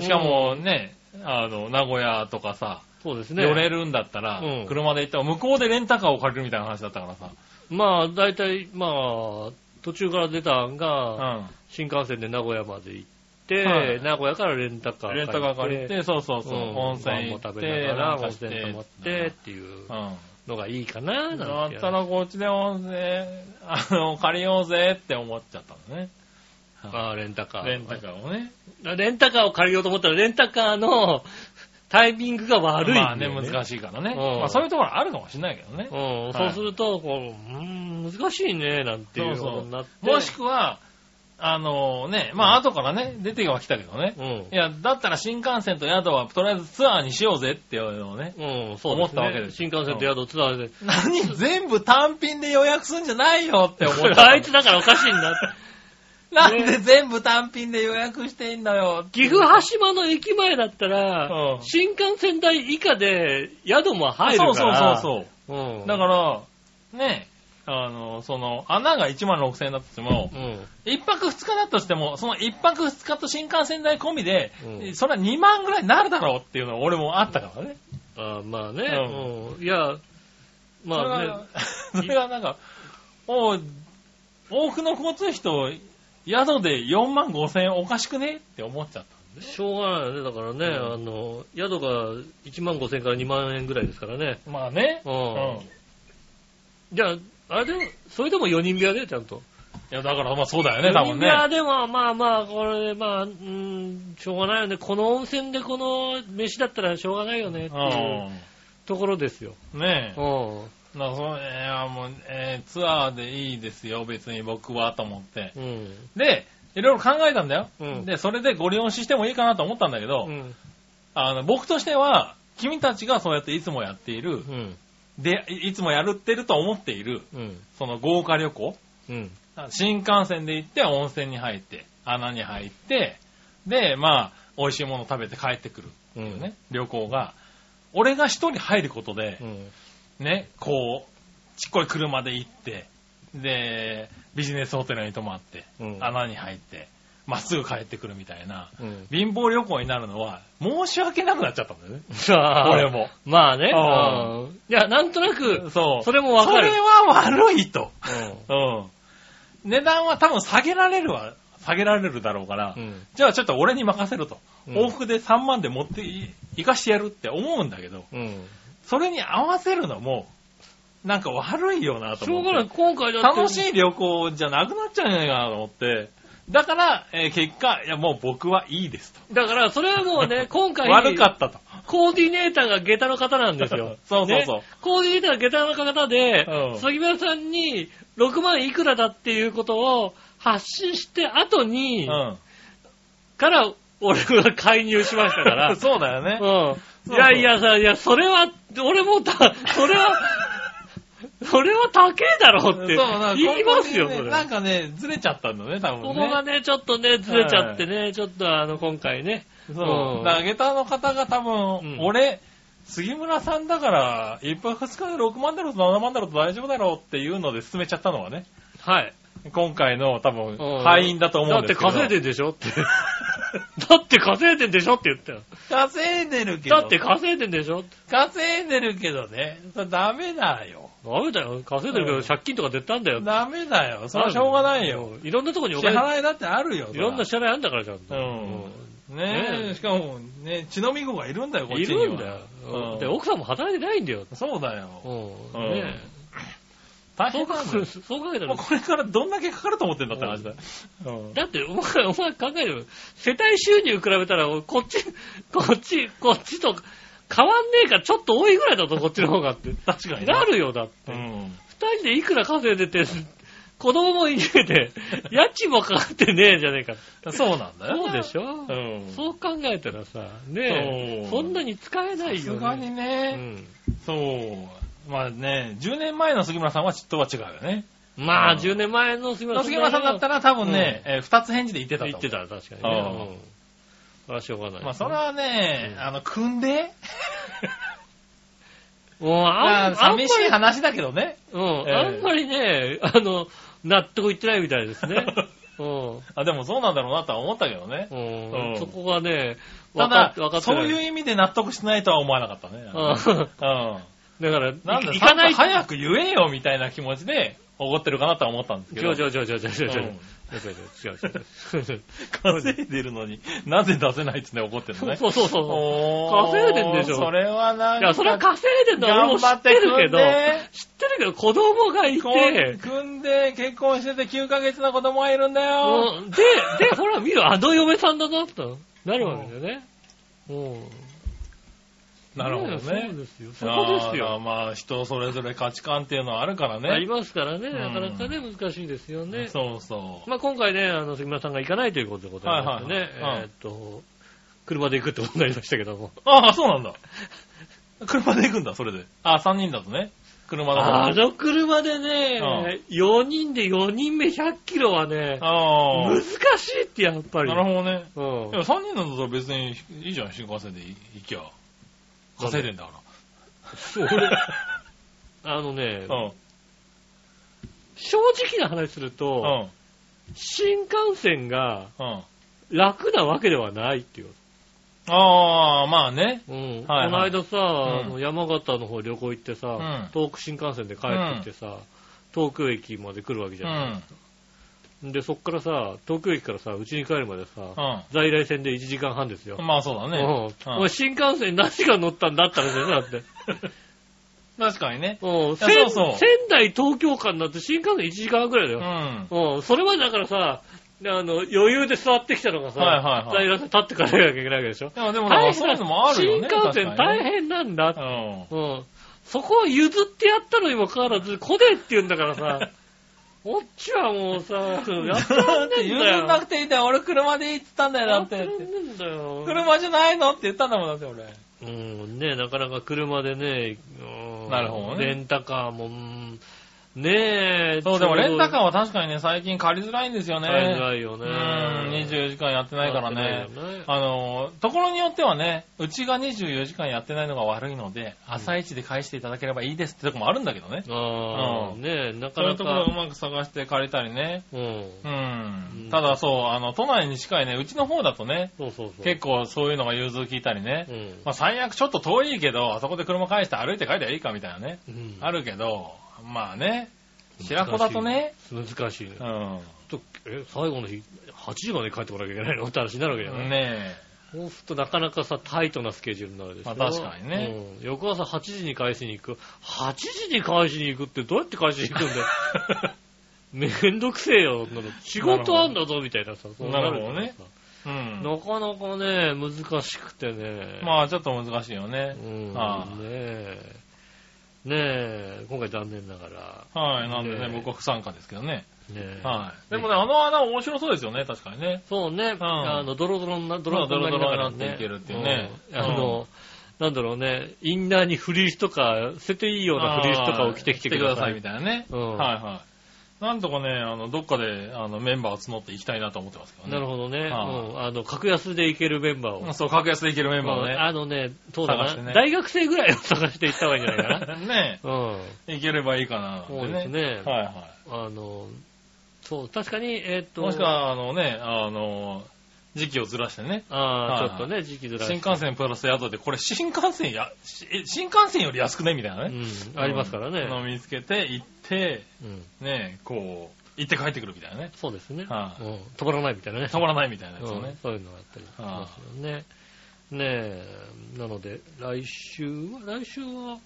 しかもね、あの、名古屋とかさ、
そうですね。
寄れるんだったら
うん、
車で行っても向こうでレンタカーを借りるみたいな話だったからさ。
まあ、大体、まあ、途中から出た案が、
う
新幹線で名古屋まで行って、
はい
名古屋からレンタカー
ん。レンタカー借りて、そうそうそう、
うん
温泉行
ご飯
っ
も食べ
て、
なが
な
ら、
ん
温
かして
泉泊まってっていう
うん。
のがいいかな、
だ
なん
っ
て。
たらこっちで温泉、あの、借りようぜって思っちゃったのね。
あレンタカー。
レンタカーをね。
ー。レンタカーを借りようと思ったら、レンタカーのタイミングが悪いんだ
ま
よ、
あ
ね。
ね、難しいからね。
うん
まあそういうところあるかもしれないけどね。
うん、
はい
そうすると、こう、うーん、難しいね、なんていうことになって。
もしくは、あのね、まあ後からね、出ては来たけどね。
うん
い。や、だったら新幹線と宿はとりあえずツアーにしようぜっていうのをね。
うん、そうですね。
思ったわけです
新幹線と宿ツアーで。
何全部単品で予約すんじゃないよって思っち
*laughs*
ゃった。
あいつだからおかしいんだ *laughs* って。
なんで全部単品で予約してんだよって。
岐阜羽島の駅前だったら、
うん
新幹線代以下で宿も入る
そう
か
そう
ら。
そうそ
そ
う。
うそう。ん。
だから、ね、あの、その、穴が1万6000円だとしても、
うん。
1泊2日だとしても、その1泊2日と新幹線代込みで、
うん
それは2万ぐらいになるだろうっていうのは俺もあったからね。
あまあね、
うん
うん。いや、まあね、
*laughs* それが、それがなんか、おう多くの交通費と宿で4万5000円おかしくねって思っちゃっ
しょうがないよね。だからね、
うん
あの、宿が1万5千から2万円ぐらいですからね。
た。まあね。
う
うん。
ん。
い
じゃあ、あれでも、それでも4人部屋で、ちゃんと。
や、だからまあそうだよね、
4
多
人
分
部
ね。
屋でも、まあまあ、これ、まあ、うん、しょうがないよね。この温泉でこの飯だったらしょうがないよね、っていう
う
ところですよ。
ん。ねえ。
うん。
だからその、えーもう、えーツアーでいいですよ、別に僕は、と思って。
うん。
で、いろいろ考えたんだよ。
うん
で、それでご利用ししてもいいかなと思ったんだけど、
うん。
あの、僕としては、君たちがそうやっていつもやっている、
うん。
で、いいつもやるってると思っている、
うん。
その豪華旅行、
うん。
新幹線で行って温泉に入って、穴に入って、で、まあ、美味しいもの食べて帰ってくるっていうね、旅行が、俺が一人入ることで
う、ん。
ね、こう、ちっこい車で行って、で、ビジネスホテルに泊まって、
うん
穴に入って、まっすぐ帰ってくるみたいな、
うん。
貧乏旅行になるのは、申し訳なくなっちゃったんだよね。
さあ、
俺も。
まあね。
うん
うんいや、なんとなく、
そう。
それもわかる
それは悪いと。
う
うん。値段は多分下げられるわ。下げられるだろうから、
んうん。
じゃあちょっと俺に任せろと。
うん
往復で3万で持ってい行かしてやるって思うんだけど、
うん。
それに合わせるのも、なんか悪いよなと
しょ
思
う
っ
がな
て。
い。今回だって。
楽しい旅行じゃなくなっちゃうんじゃないかなと思って。だから、えー結果、いやもう僕はいいですと。
だから、それはもう *laughs* ね、今回、
悪かったと。。
コーディネーターが下駄の方なんですよ *laughs*
そうそうそう
ねコーディネーターが下駄の方で、
うん
杉村さんに6万いくらだっていうことを発信して後
う
に、
ん。
から、俺が介入しましたか *laughs* ら。
*laughs* そうだよね。
うん。
そう
いやいやさ、いや、それは、俺も
*laughs*
た、それは、それは高えだろうって
そうなんか
言いますよ、
こ
それ
こにね。。なんかね、ずれちゃったんだね、多分ね。
ここがね、ちょっとね、ずれちゃってね、ちょっとあの、今回ね。
そうう。
ん
だからゲタの方が多分、
うん
俺、杉村さんだから、一泊二日で6万だろうと7万だろうと大丈夫だろうっていうので進めちゃったのはね、
はい。
今回の多分
うん、
敗因だと思
だ
う
っ
ん
て
ですけど。
稼いでんでしょ
*laughs*
って。だって稼いでんでしょって言ったよ。
稼いでるけど。
だって稼いでんでしょって
稼いでるけどね、それダメだよ。
ダメだよ。稼いでるけ
う
ど
ん
借金とか出たんだよ。
ダメだよ。それはしょうがないよ。
うん。いろんなとこに
支
お金、
払いだってあるよ。
いろんな支払いあるんだから、ちゃんと。
うん
ね
ね
え
え、しかも、ね、血のみ子がいるんだよ、こっ
い
ちには。
るんだよ。
うん
で、奥さんも働いてないんだよ。
そうだよ。
うん
うん
ね
大
そう
変なんだ
考え
よ。
そう考えた
もう
ら、
これからどんだけかかると思ってんだって話だよ。うん
だって、お前、お前考える世帯収入比べたら、こっち、 *laughs* こっち、こっちと変わんねえから、ちょっと多いぐらいだと、こっちの方がって。
*laughs* 確かに
なるよ、だっ
う
て。二、
ん。
人でいくら稼いでて、子供もいねえ
*laughs*
で、家賃もかかってねえじゃねえか。
そうなんだよ。
そうでしょ、
うん。
そう考えたらさ、ねえ、
そう
そんなに使えないよ、
さ
ね。
すがに
う
ね、
ん。
そう。まあね、10年前の杉村さんはちっとは違うよね。
まあ、
うん
10年前の杉村
杉村さんだったら多分ね、えー二つ返事で言ってたと
言
思
っ
う。
てた、確かにね。う
う
ん。それはしょうがない。
まあそれはね、
うん
あの、組んで、
もうあ
ま
ん、
あ
あんまり
寂しい話だけどね。
うん、
ええ
あんまりね、あの、納得いってないみたいです
*laughs*
ね。うん。
あ、でもそうなんだろうなとは思ったけどね。
うん
うん
そこがね、
た
わか
だ
わか、って
そういう
う。
意味で納得しないとは思わなかったね。
うん
うん。
だから、
なん
い
だ、
行かない。
早く言えよみたいな気持ちで怒ってるかなとは思ったんですけ
違
ど。
う違う違う違う違う違う違う違う違う違う違う *laughs*
うん
違う。
稼いでるのに、なぜ出せないっつって怒ってるのね。
そうそうそうそう。
おー
稼いでんでしょ
それはなん *laughs*
い
か。
や、それは稼いでんのは俺も知ってるけど、知ってるけど子供がいて、
こう組んで結婚してて9ヶ月の子供がいるんだよ。
うんで、で、ほら見る、あの嫁さんだな、となるわけだよね。うん。
なるほ
え
どね
そう。ですよ。そこです
あ
よ
ー。まあ人それぞれ価値観っていうのはあるから
あり
ね。
ますからね、
ん
なかなかね、難しいですよね。
そうそう。
まあ、今回ね、あの、杉村さんが行かないということでございましてね、
はいはいはいうん
えーっと、車で行くってことになりましたけども。
ああ、そうなんだ。車で行くんだ、それで。あ3人だとね。車だ
あ
と。
の車でね、4人で4人目100キロはね、
あ
難
ー
しいってやっぱり。
なるほどね。
うん
いや、3人なんだったら別にいいじゃん、新幹線で行きゃ。稼いでんだか
そうあのね、
ら。
正直な話する
うん。
と、
うん。
新幹線が
うん。
楽なわけではないっていう。
ああ、まあね。
うん
はいはい
この間さ、
ん
あの山形の方旅行行ってさ、
ん
東北新幹線で帰ってきてさ、東京駅まで来るわけじ
う
ゃ
ん。う
ない、
ん。
で、そっからさ、東京駅からさ、うちに帰るまでさ、在来線で1時間半ですよ。
まあそうだ
うん
ね。
お前新幹線に何時間乗ったんだったらね、だ
*laughs*
って。
確かにね。
うん
やそう
仙
そう
仙台、東京間だって新幹線1時間半くらいだよ。
うん。はい
うんそれまでだからさ、あの、余裕で座ってきたのがさ、
はいは
在
い。
来線立ってからなきゃいけないわけでしょ。
でも、でも
大変
なんかそういうのもあるよね。
新幹線
確か
大
にね
変なんだって
うん。
うん。そこは譲ってやったのにもかかわらず、こねって言うんだから
*laughs*
さ、おっちはもうさ、やって
*laughs* だ
ら
っ
んね
て
えん
譲
だ
んな
よ。
くていいんだよ。俺車で行ってたんだよ、
や
だっ
って
て
ら。んねえんだよ。
車じゃないのって言ったんだもん、だって俺。
うん、ねえなかなか車でね、うん
なるほどね
レンタカーも、うんねえ、
そう、でもレンタカー
は
は確かにね、最近借りづらいんですよね。
買えないよ
う
ね。
ん、24時間やってないから
や
ね
って。ないよね
あの、ところによってはね、うちが24時間やってないのが悪いので、朝一で返していただければいいですってとこもあるんだけどね。
ああ、
うん
ねえ、なか
そうい
な
うところをう
か。
まく探して借りたりね。
うん。
うん
うん。
ただそう、あの、都内に近いね、うちの方だとね、
そうそうそう。
結構そういうのが融通聞いたりね。
うん
まあ最悪ちょっと遠いけど、あそこで車返して歩いて帰りゃいいかみたいなね。
うん
あるけど、まあね、白子だとね、
難しいね。
うん。
ちょっと、え、最後の日、8時まで帰ってこなきゃいけないのって話になるわけじゃない、
ね
そうするとなかなかさ、タイトなスケジュールになるでしょ。
まあ確かにね。
うん。翌朝8時に返しに行く。8時に返しに行くってどうやって返しに行くん
*laughs*
だよ。めんどくせえよ、そんなの仕事あんだぞ、みたいなさ。そうるから
なる
さ
え。うん。
なかなかね、難しくてね。
まあちょっと難しいよ
あ
ね
う。ん。
あ
ね
あ
え。ねえ、今回残念ながら。
はい、なんで
ね
ね、僕は不参加ですけどね。
ねえ
はい。でもね、あの穴面白そうですよね、確かにね。
そうね、
ん
あの、ドロドロにな、ドロドロになりながらね
ドロドロになっていけるっていうね
うんあの、なんだろうね、インナーにフリースとか、捨てていいようなフリースとかを着てきてください。
着てくださいみたいなね。
うん
はいはい。なんとかね、あの、どっかで、あの、メンバーを募っていきたいなと思ってますけどね。
なるほどね。
は
うんあの、格安でいけるメンバーを。
うんそう、格安でいけるメンバーを
うん
ね。
あのね、そうだ
探して
な。
ね
大学生ぐらいを探していった方がいいんじゃない
*laughs*
かな。
ね
うん。
いければいいかな、なんて
そうですね
はいは
あの、そう、確かに、えーっ
い。
と、
もしくは、あのね、あの、時期をずらしてね。
あ
は
あ、
い
ちょっとね、時期ずらし
新幹線プラス宿で、これ新幹線や、しえ新幹線より安くねみたいなね。
うん、ありますから
うん
ね。
の見つけて、行って、
うん。
ね、こう、行って帰ってくるみたいなね。
そうですね。うん
はい
止まらないみたいなね。
たまらないみたいなやつを
うん
ね。
そういうのがあったりしますよね。ねえ、なので、来週は、来週は、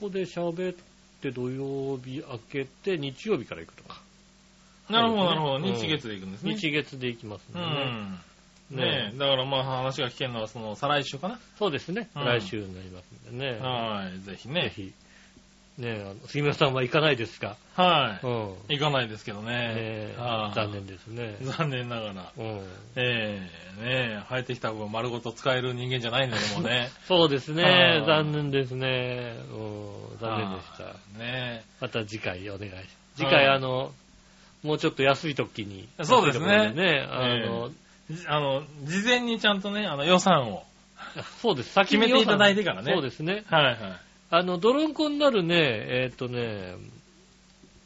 ここで喋って土曜日明けて日曜日から行くとか。
なるほど、なるほど。
うん
日月で行くんですね。
日月で行きますん
う
でね。
ん。
ね
ねえ、だからまあ話が聞けるのはその再来週かな。
そうですね。
うん
来週になりますんでね。
はい、ぜひ
ぜ
ね。
ひ。ねえ、あの杉村さんは行かないですか
は
う
い。
ん。
行かないですけど
ね
ね
え。
はい
残。念ですね。
残念ながら。
うん。
ええ、ねえ、生えてきた分丸ごと使える人間じゃないので、もう
*laughs*
ね。
そうですね
は。い
残念ですね。うん残念でした
は。い。ね
また次回お願いします。次回、
はい
あの、もうちょっと安い時に。
そうですね
安いところね。あの、
え。じあの、事前にちゃんとね、あの予算を。
そうです。先に
決めていただいてからね
そうですね。
はいはい。
あの、ドロンコになるね、えーっとね、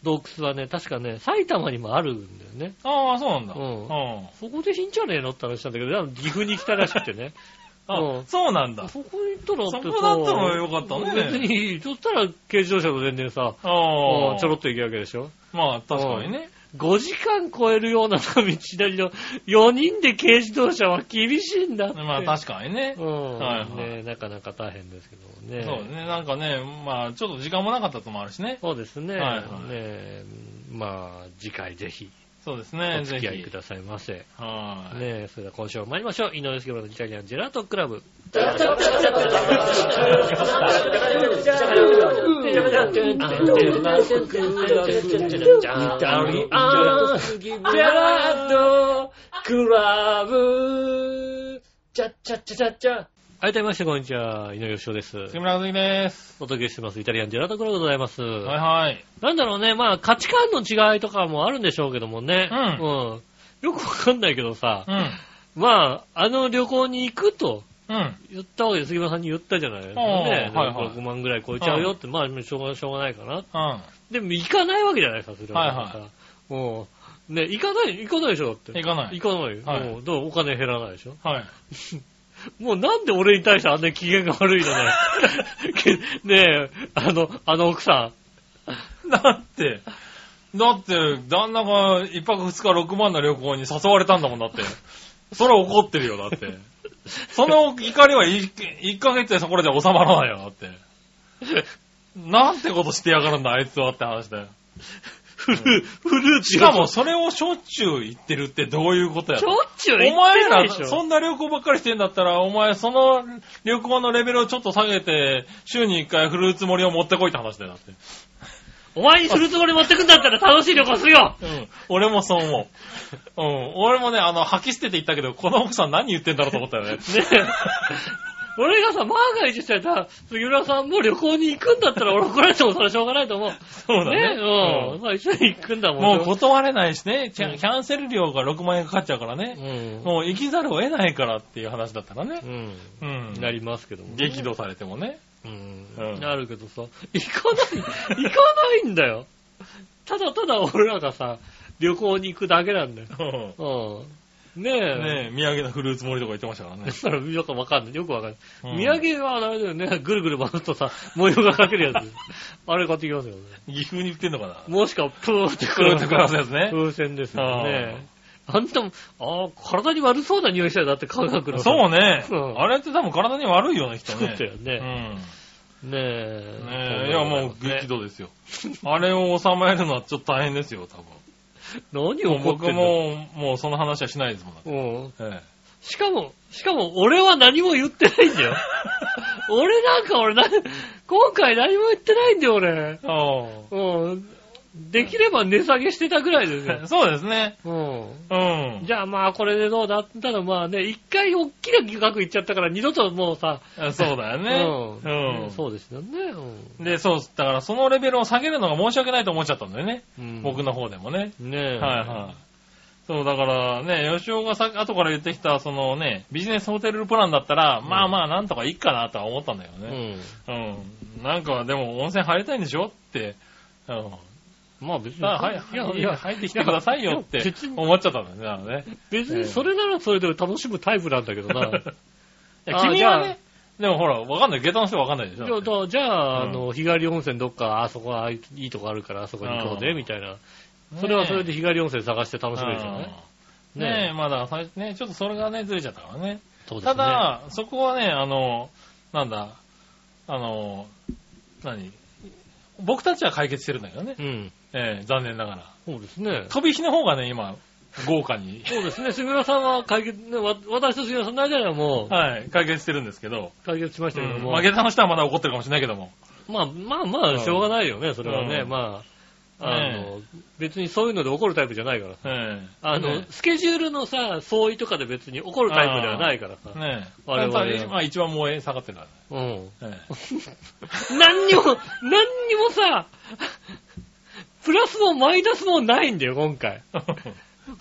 洞窟はね、確かね、埼玉にもあるんだよね。
ああ、そうなんだ。
う
うんん。
そこでいいんじゃねえのって話したんだけど、でも岐阜に来たらしくてね。う
あ
ん、
そうなん *laughs* だ。
そこに行ったら
そこだったらよかったね
別に、そしたら軽自動車と全然さ、
あ
う
あ。
んちょろっと行けるわけでしょ。
まあ、確かにね。
5時間超えるような道なりの4人で軽自動車は厳しいんだって。
まあ、確かにね
う。ん、
はいはい
ね。なかなか大変ですけどもね。
そうね、なんかね、まあ、ちょっと時間もなかったともあるしね。
そうですね。
はいはい
ねまあ、次回ぜひ
そうです
お
ね、
付
ぜ
き合いく
ひ。
ださいませ。ね
はい。
それでは今週も参りましょう。井上杉村のイタリアンジェラートクラブ。はい、どうもみなさん、こんにちは。井上芳雄です。
杉村和樹です。
お届けしてます。イタリアンジェラートクラブでございます。
はいはい。
なんだろうね、まあ価値観の違いとかもあるんでしょうけどもね。
うん
うんよくわかんないけどさ、
うん。
まあ、あの旅行に行くと
うん。
言ったわけで杉村さんに言ったじゃないですか
ああ
ね。
はいはい
6万ぐらい超えちゃうよって、まあしょうがしょうがないかな。
うん。
でも行かないわけじゃないですか、それは。
はいは
もうん、ね、行かない、行かないでしょ、だって。
行かない
行かない。
はい
もう、どうお金減らないでしょ。
はい。 *laughs*
もうなんで俺に対してあんなに機嫌が悪いのね。 *laughs* けねえ、あの、あの奥さん。
だって、だって、旦那が一泊二日6万の旅行に誘われたんだもんだ
*laughs*
って。それは怒ってるよ、だって。その怒りは一一ヶ月でそこらで収まらないよ、だって。なんてことしてやがるんだ、あいつはって話だよ。
フル、フルーツ
しかも、それをしょっちゅう言ってるってどういうことや
ちょっちゅう
お
行って
前
ない
ら、
でしょ。
そんな旅行ばっかりしてんだったら、お前、その旅行のレベルをちょっと下げて、週に一回フルーツ盛りを持ってこいって話だよ、だって。
お前にするつもり持ってくんだったら楽しい旅行するよ
うん。俺もそう思う。うん。俺もね、あの、吐き捨てて言ったけど、この奥さん何言ってんだろうと思ったよね。
*laughs* ねえ。俺がさ、万が一してた杉浦さんも旅行に行くんだったら俺怒られてもそれはしょうがないと思う。
そうだね
えうん。まあ一緒に行くんだもん。
もう断れないしね、キ
うん
ャキャンセル料が6万円かかっちゃうから
う
ね。
ん。
もう行きざるを得ないからっていう話だったらね
う。ん。
うん。
なりますけども。
激怒されてもね。
うん
うん
なるけどさ、行かない、行かないんだよ。ただただ俺らがさ、旅行に行くだけなんだよ。
うん
うん。ねえ。
ねえ、土産のフルーツ盛りとか言ってましたからね
*laughs* だ。から、よくわかんない。よくわかん
うん
ない。土産はあれだよね。ぐるぐる回るとさ、模様がかける
*laughs*
やつ。あれ買ってきますよね。
岐阜に売ってんのかな
もしか、プーって
フルーツ暮らすやつね。
風船ですよね。あんたも、ああ、体に悪そうな匂いしたよ。だって科学の。
そうね
うん。
あれって多分体に悪いよね、きっと
そう
ね。
だよ
う
ね。
ん。
ねえ。
ねえ、いやもう激
ね
怒ですよ。あれを収めるのはちょっと大変ですよ、多分。
何を
もう
怒って
僕
んの
も、もうその話はしないですもん。
うん。
え
しかも、しかも俺は何も言ってないんだ
*laughs*
よ。俺なんか俺な、今回何も言ってないんだよ俺。
え。ああ。。
うん。できれば値下げしてたぐらいですね
*laughs* そうですね。
うん。
うん。
じゃあまあこれでどうだったらまあね、一回大きな額いっちゃったから二度ともうさ、
そうだよ
う
ね。
ん。そうですよね。うん
うん。で、そう、だからそのレベルを下げるのが申し訳ないと思っちゃったんだよね。
うん。
僕の方でもね。
ねえ。
*laughs* はいはい。そう、だからね、吉尾がさ後から言ってきた、そのね、ビジネスホテルプランだったら、まあまあなんとかいいかなとは思ったんだよ
う
ね。
ん。
うん。なんか、でも温泉入りたいんでしょって、うん。
まあ別に。
さあ、はい、はい、いや、入ってきてくださいよって
別に、
思っちゃったんだよねだからね。
別にそれならそれで楽しむタイプなんだけど
*laughs*
な。
い
あ
や、
ー
君
じゃ
は
あ
ね、でもほら、わかんない。下駄の人はわかんないでし
じ
ょ。
ゃあ、だじゃあ、
うん
あの、日帰り温泉どっか、あそこはいいとこあるから、あそこに行こう
う
ぜ、
ん
みたいな。それはそれで日帰り温泉探して楽しめるじゃない
うんねえ、
え。
まあだからさね、ちょっとそれがね、ずれちゃったからね。
そうです
た
ね。
だ、そこはね、あの、なんだ、あの、何僕たちは解決してるんだけどね
う。ん。
ええ、残念ながら。
そうですね。
飛び火の方がね、今、豪華
*laughs*、
に
そうですね。杉村さんは解決、ね、わ私と杉村さんの間ではもう
はい、解決してるんですけど、
解決しましたけど
うん
も。
まあ、下駄の人はまだ怒ってるかもしれないけども。
まあまあまあ、しょうがないよね、それはね。
うん
まあ、あの、別にそういうので怒るタイプじゃないから。
ええ
あの、
ね
スケジュールのさ、相違とかで別に怒るタイプではないからさ。
えねえ。
我々
本当にまあ、一番燃え下がってるか
うん。
らね。ええ
何にも、 *laughs* 何にもさ、プラスもマイナスもないんだよ、今回。
*laughs*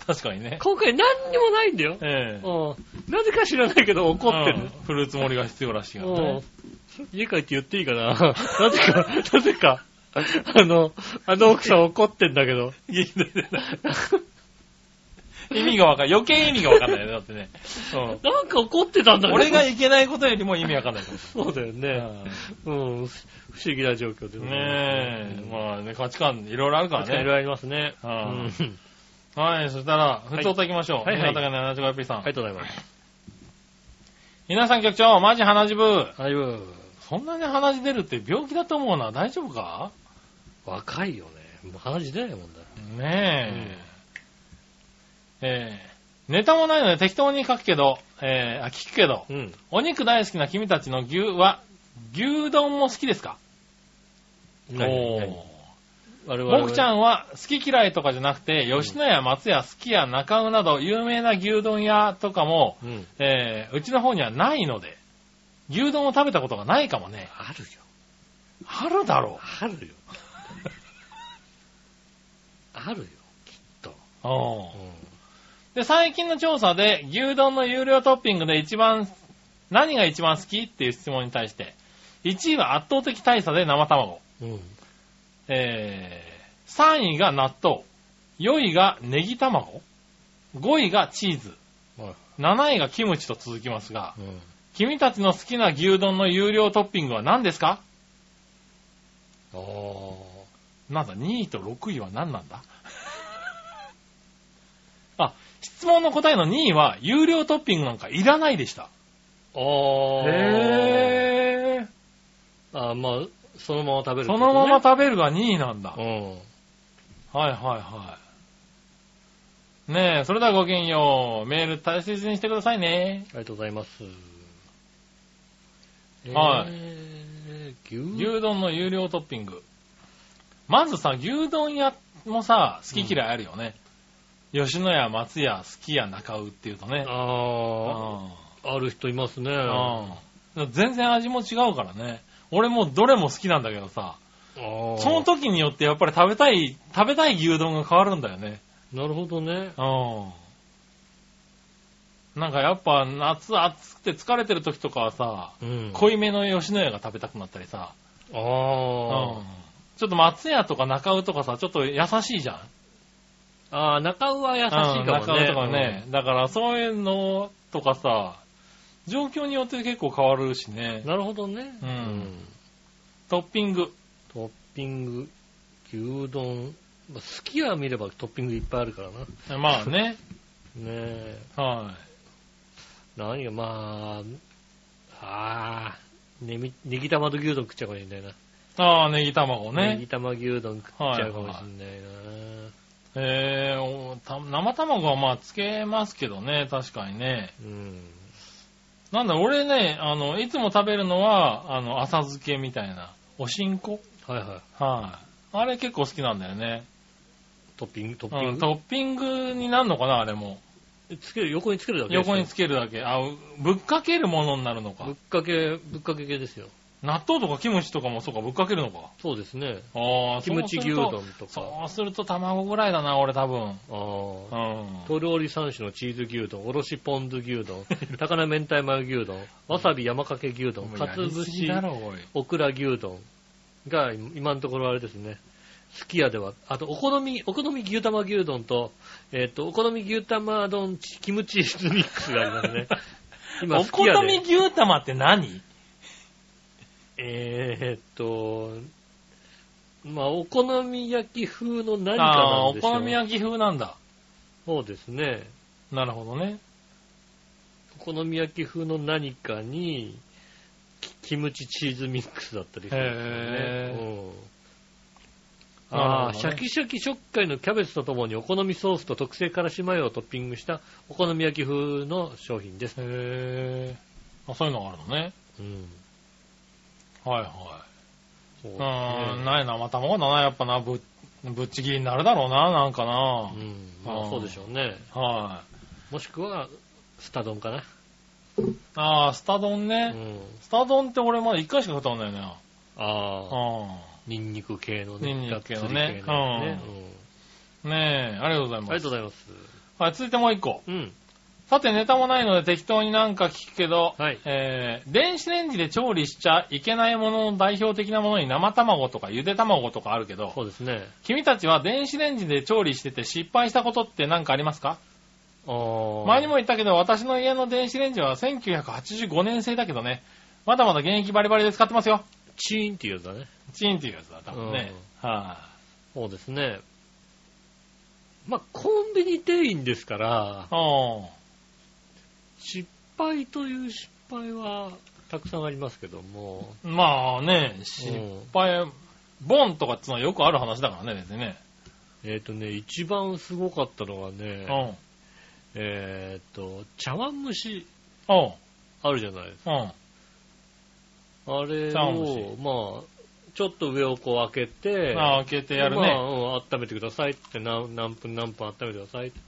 確かにね。
今回何にもないんだよ。
ええ
うん。なぜか知らないけど怒って
うん
る。
フルーツ盛りが必要らしいから
うん
ね。。
家帰って言っていいかな。 *laughs* なぜか、なぜか。あの、あの奥さん怒ってんだけど。
*laughs* いやいやいや意味がわかんない。余計意味がわかんないよね。だってね。う
なんか怒ってたんだけど。
ん、*laughs* 俺がいけないことよりも意味わかんないと
そ
思
うだよね。
う。
うん。不不思議な状況でございます
ねえ、まあね、価値観いろいろあるか
確かにい
ら
ろいろ
ね。
ありますね。う
は
ん
はい、そしたら、ふつおた行きましょう。
はいはい
新潟県 75P さん。
ありがとうございます。
皆さん局長、マジ鼻血ぶ。
だいぶ、
そんなに鼻血出るって病気だと思うな。大丈夫か
若いよね。もう話出ないもんだ。
ねえ。ええネタもないので適当に書くけど、ええあ、聞くけど、
うん。
お肉大好きな君たちの牛は、牛丼も好きですか
何何我々は
僕ちゃんは好き嫌いとかじゃなくて、吉野家、松屋、すき家、中尾など有名な牛丼屋とかも、
うん。
えーうちの方にはないので、牛丼を食べたことがないかもね。
あるよ。
あるだろ
あるよ。あるよ。
う。うん
うん。
で、最近の調査で、牛丼の有料トッピングで一番、何が一番好きっていう質問に対して、1位は圧倒的大差で生卵。
うん。
えー、3位が納豆。4位がネギ卵。5位がチーズ。
はい
7位がキムチと続きますが、
うん。
君たちの好きな牛丼の有料トッピングは何ですか
あー
なんだ、2位と6位は何なんだ *laughs* あ、質問の答えの2位は、有料トッピングなんかいらないでした。
あー。
へ
あーまあ、そのまま食べるって
そ
ことね、
のまま食べるが2位なんだ。
うん。
はいはいはい。ねえ、それではごきげんよう。メール大切にしてくださいね。
ありがとうございます。
はい
えー、牛
牛丼の有料トッピング。まずさ、牛丼屋もさ、好き嫌いあるよね。吉野家、松屋、すき家、中尾っていうとね。
ああ、ある人いますね。
うん
あ
うん全然味も違うからね。俺もどれも好きなんだけどさ、
ー
その時によってやっぱり食べたい、食べたい牛丼が変わるんだよね。
なるほどね。
うん。なんかやっぱ夏暑くて疲れてる時とかはさ、
うん。
濃いめの吉野家が食べたくなったりさ、
あ
う
あ。
んちょっと松屋とか中尾とかさ、ちょっと優しいじゃん。
ああ、中尾は優しいかもね。
うん中尾とかね、だからそういうのとかさ、状況によって結構変わるし
う
ね
ん。。なるほどね。
うん
うん
トッピング。
トッピング、牛丼、まあ好きは見ればトッピングいっぱいあるからな。ね
まあね。
え。
*laughs* は
何が、まあ、ああ、ねみ、ネギ玉と牛丼食っちゃうかもしれないな。
い。ああ、ネギ卵
ネギ
ね。
玉牛丼食っちゃうかもしれないな。
えーおた生卵はまあつけますけどね、確かにね。
うん。
なんだ、俺ね、あの、いつも食べるのは、あの、浅漬けみたいな、おしんこ
はいは
はい、あれ結構好きなんだよね。
トッピング、トッピ
う
ン
ん、
グ。
トッピングになるのかな、あれも。
つける、横につけるだけですよ
横につけるだけ。あ、うぶっかけるものになるのか
ぶっ。かけ、ぶっかけ系ですよ。
納豆とかキムチとかもそうか、ぶっかけるのか。
そうですね。
ああ、
キムチ牛丼と
そうする
か。
と。そうすると卵ぐらいだな、俺多分。う
ああ。
ん。
と料理三種のチーズ牛 *laughs* 丼、おろしポン酢牛丼、高菜明太マヨ牛丼、わさび山かけ牛丼、かつぶし
だろ、おい。
オクラ牛丼が今のところあれですね。すき家では、あと、お好み、お好み牛玉牛丼と、えっ、と、お好み牛玉丼チキムチーズミックスがあります
*laughs*
ね。今、
お
すき家
好み
で。
牛玉って何
えーっと、まあ、お好み焼き風の何か
ああ
なん
ー、お
でしょう。
好み焼き風なんだ。
そうですね。
なるほどね。
お好み焼き風の何かに、キキムチチーズミックスだったりするんですよね。うんあ
な
あ、
るほ
シ
ど
ャ
ね
キシャキ食感のキャベツとともにお好みソースと特製からしマヨをトッピングしたお好み焼き風の商品です。
へえ。あ、そういうのがあるのね。
うん。
はいは
そうで
い。
す
うーん、
ね
ないな。まあ、卵だな、やっぱな。ぶっ、ぶっちぎりになるだろうな、なんかな
う。ん。まあ、そうでしょうね。
は
もしくは、スタ丼かな。
い。ああ、スタ丼
う
ね。
ん。
スタ丼って俺まだ一回しか食ったことないね。
ああ、
う
ニンニク系のね。
ニンニク系の
がっつり
ね
系のやつね
う
うん
ん。ねえ、ありがとうござい
あり
ま
が
す。
とうございます。
はい、続いてもう一個。
うん。
さて、ネタもないので適当になんか聞くけど、
はい
えー、電子レンジで調理しちゃいけないものの代表的なものに生卵とかゆで卵とかあるけど、
そうですね。
君たちは電子レンジで調理してて失敗したことって何かありますか
ああ。
前にも言ったけど、私の家の電子レンジは1985年製だけどね、まだまだ現役バリバリで使ってますよ。
チーンっていうやつだね。
チーンっていうやつだ、多分ね。は
そうですね。まあ、コンビニ店員ですから、
あ、うん。
失敗という失敗はたくさんありますけども、
まあね、失敗、ボンとかってのはよくある話だからね、別にね。
えっ、とね、一番すごかったのがね
う、ん。
えっ、と、茶碗蒸し
おう
あるじゃないですか。
うん。
あれ
茶碗蒸
を、まあ、ちょっと上をこう開けて、
ああ、開けてやる
まあ
ね。
うん温めてくださいって何、何分何分温めてくださいって。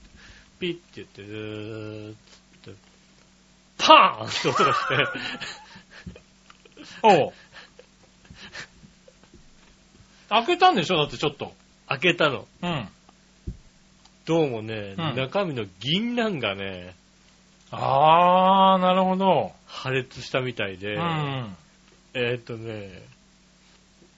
ピッて言って、ずーっと、パーンって音がして、
おう。開けたんでしょだってちょっと。
開けたの。
うん。
どうもね、
うん
中身の銀杏がね、
ああ、なるほど。
破裂したみたいで、
うん。
えーっとね、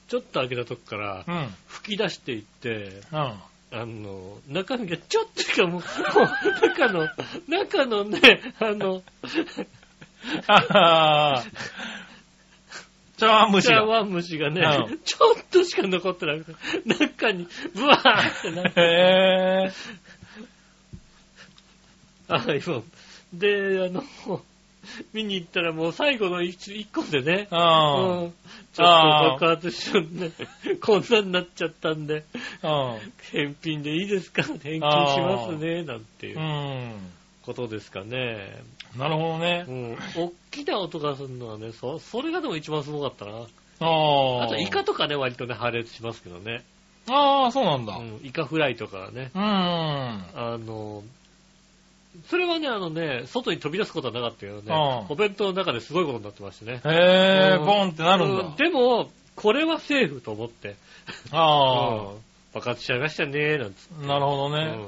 ちょっと開けたとこから
うん。うん。
吹き出していって、
あ
あの、中身がちょっとしかも、もう中の、中のね、あの、
あー。 *laughs* 茶碗蒸し
茶
が。
碗蒸しがね、
うん
ちょっとしか残ってなくて、中に、ブワーってな
*laughs*
って、
へえ。
あ、今、で、あの、見に行ったらもう最後の一一個でね、
う。
うんんちょっと爆発しちゃうんで、こんなになっちゃったんで、
うん。。
返品でいいですか返金しますね、なんていううんことですかね。
なるほどね
う。ん。大きな音がするのはね、そ、それがでも一番すごかったな。
ああ。
あと、イカとかね、割とね、破裂しますけどね。
ああ、そうなんだ。
うん。イカフライとかね。
うん。
あの、それはね、あのね、外に飛び出すことはなかったけどね、
うん
お弁当の中ですごいことになってましたね。
へえ、
うん
ボンってなるんだ。
うんでも、これはセーフと思って、
あ
うん爆発しちゃいましたね、なんつって。
あ、なるほど
う
ね。
ん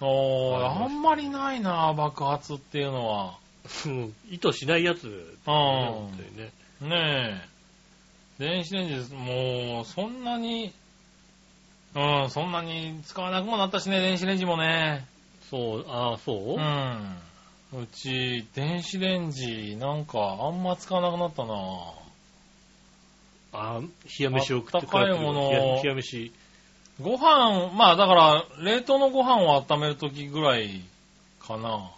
おー
わかりま
あ
した
んまりないな、爆発っていうのは。
うん意図しないやつだよね、
うん
本当にね。
ねえ。電子レンジです。もう、そんなに、うん、そんなに使わなくもなったしね、電子レンジもね。
そう、ああ、そうう、
ん。うち、電子レンジ、なんか、あんま使わなくなったな。
ああ、冷や飯を食って
あったかいものを
冷や冷や飯。
ご飯、まあだから、冷凍のご飯を温めるときぐらいかな。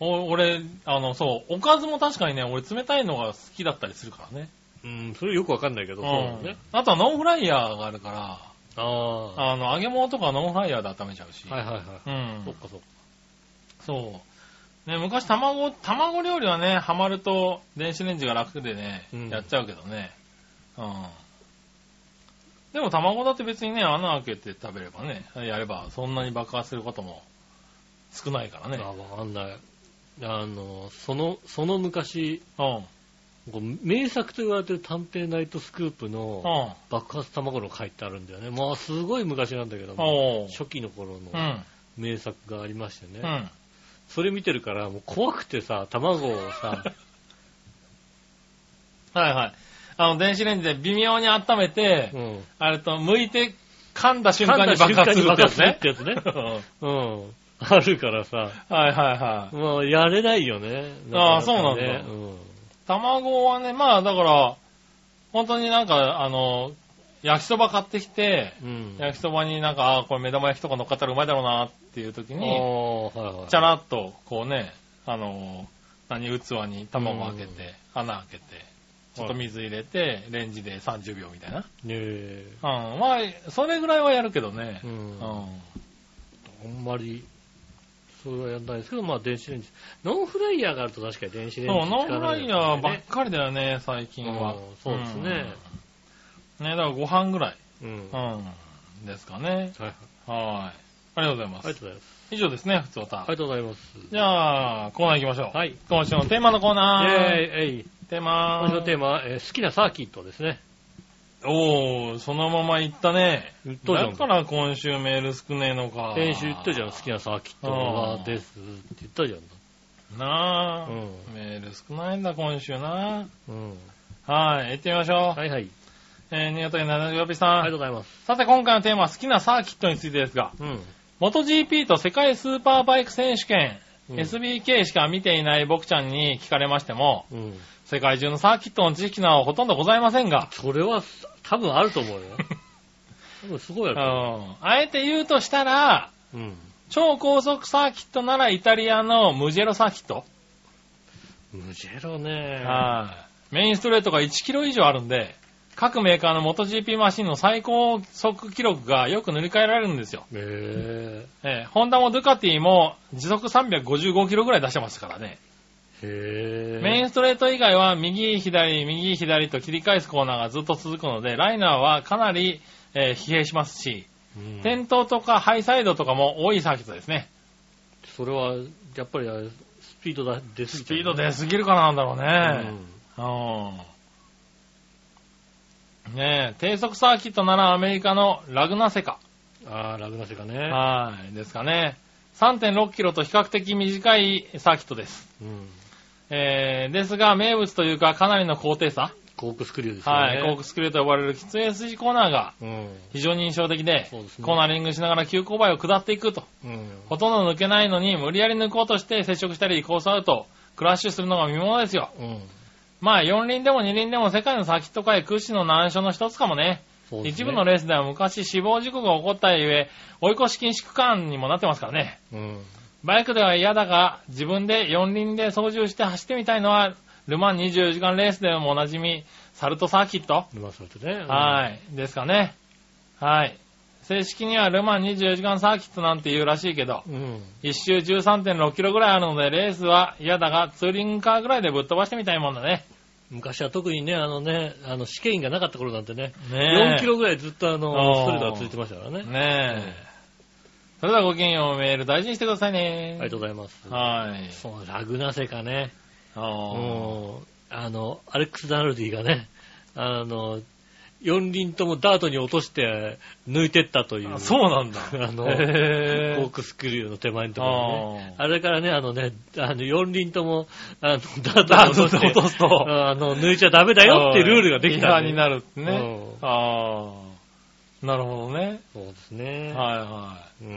お俺、あの、そう、おかずも確かにね、俺冷たいのが好きだったりするからね。
うん、それよくわかんないけど、そうだ
ん
ね。
あとはノンフライヤーがあるから、
ああ、
あの、揚げ物とかはノンフライヤーで温めちゃうし。
はいはいはい。
うん
そっ。かそっか。
そう。ね、昔卵、卵料理はね、ハマると電子レンジが楽でね、
うん
やっちゃうけどね。うん。でも卵だって別にね、穴開けて食べればね、やればそんなに爆発することも少ないからね。
あ、わかんない。あの、その、その昔、
うん。うん。
こう名作と言われてる探偵ナイトスクープの
お
爆発卵の回ってあるんだよね。まあ、すごい昔なんだけども、
う
初期の頃
う
の
ん。
名作がありましてね。
うん。
それ見てるから、もう怖くてさ、卵をさ、
*laughs* はいはい。あの、電子レンジで微妙に温めて、
うん。
あれと、剥いて噛んだ瞬
噛
間
んだ
に
瞬
爆
間
発
に
するっ
爆
てや
発
つ
するっ
ね。
てやつね。
う
うん。あるからさ、
んはいはいはい。
もうやれないよね。
ああ
かかね
そう卵はね、まあだから、本当になんか、あの、焼きそば買ってきて、
うん。うん。
焼きそばになんか、あーこれ目玉焼きとか乗っかったらうまいだろうなっていう時
あ
に、
あはいはい。
チャラッと、こうね、あのー、何、器に卵を開けて、穴開けて、ちょっと水入れて、レンジで30秒みたいな。
ねえ。
うん、まあ、それぐらいはやるけどね
う。。
うん
あ
ん。
んまり、それはやんないですけど、まあ電子レンジ。ノンフライヤーがあると確かに電子レンジ使
そう、
わない
ノンフライヤーばっかりだよね、最近は
うん。そうですね。
うん。ね、だからご飯ぐらい。
うん。
う
はい
ん。ですかね。
はい。
はい。ありがとうございま
ありが
す。
とうございます。
以上ですね、ふつおた
あり。がとうございます。
じゃあ、コーナー行きましょう。
はい。
今週のテーマのコ
イ
ー
ェー
ナ
イ
ー。
えい
テーマ
今週のテーマは、えー好きなサーキットですね。
おー、そのまま行ったね。
言ったじゃ
だ
ん
から今週メール少ねえのか。
先週言ったじゃん、好きなサーキットはですって言ったじゃん。
なあ、
う
メール少ないんだ、今週な。
うん。
はい、行ってみましょう。
はいはい。
えー、新潟県七十ピさ
ありがと
ん。
うございます。
さて、今回のテーマは好きなサーキットについてですが、
うん。
MotoGP と世界スーパーバイク選手権、
うん
SBK しか見ていない僕ちゃんに聞かれましても、
うん。
世界中のサーキットの知識などほとんどございませんが、
それは、多分あると思う
*laughs*
よ。多分すごいあ
う
ると思
んあえて言うとしたら、
う。うん。
超高速サーキットならイタリアのムジェロサーキット。
ムジェロね。
はいメインストレートが1キロ以上あるんで、各メーカーの MotoGP マシンの最高速記録がよく塗り替えられるんですよ。
へえ。
えーホンダもドゥカティも時速355キロぐらい出してますからね。
へえ。
メインストレート以外は右、左、右、左と切り返すコーナーがずっと続くので、ライナーはかなり、えー疲弊しますし、
うん
転倒とかハイサイドとかも多いサーキットですね。
それは、やっぱりあれスピードだ、出すぎ
ス
ちゃ
ピ
う
ード
ね
出すぎるからなんだろうね。
うん
うん。ねえ、低速サーキットならアメリカのラグナセカ。
ああ、ラグナセかね。
はい、ですかね。3.6キロと比較的短いサーキットです。
うん。
えー、ですが、名物というかかなりの高低差。
コークスクリューですよね。
はい、コークスクリューと呼ばれる喫煙筋コーナーが
うん。
非常に印象的で、
そうですね
コーナリングしながら急勾配を下っていくと。
うん。
ほとんど抜けないのに、無理やり抜こうとして接触したり、コースアウト、クラッシュするのが見ものですよ。
うん。
まあ、4輪でも2輪でも世界の先とかへ屈指の難所の一つかもね。
そうですね
一部のレースでは昔死亡事故が起こったゆえ、追い越し禁止区間にもなってますからね。
うん。
バイクでは嫌だが、自分で4輪で操縦して走ってみたいのは、ルマン24時間レースでもおなじみ、サルトサーキット、
まあ、それとね。。
はいい。ですかね。はい。正式にはルマン24時間サーキットなんて言うらしいけど、
うん。
一周13.6キロぐらいあるので、レースは嫌だが、ツーリングカーぐらいでぶっ飛ばしてみたいもんだね。
昔は特にね、あのね、あの、試験員がなかった頃なんてね、
ね
4
え
キロぐらいずっとあ
あー
の、ストレートが続いてましたからね。
ねえ。それではごきげんようメール大事にしてくださいね。
ありがとうございます。
はい。
そう、ラグナセかね。う
あ
ん。あの、アレックス・ダナルディがね、あの、4輪ともダートに落として抜いてったとい
あ
う。
そうなんだ
あの、
へえ
コークスクリューの手前のところね。
あ
あれからね、あのね、あの、4輪とも、あの、ダ
ダ
ー
ー
トに
ト
落と
と
して、
落とすと
うんあの、抜いちゃダメだよっていうルールができ
違
た
反
んで、
になるってね。
ね。
ああ。なるほどね。
そうですね。
はいは
うん。
い。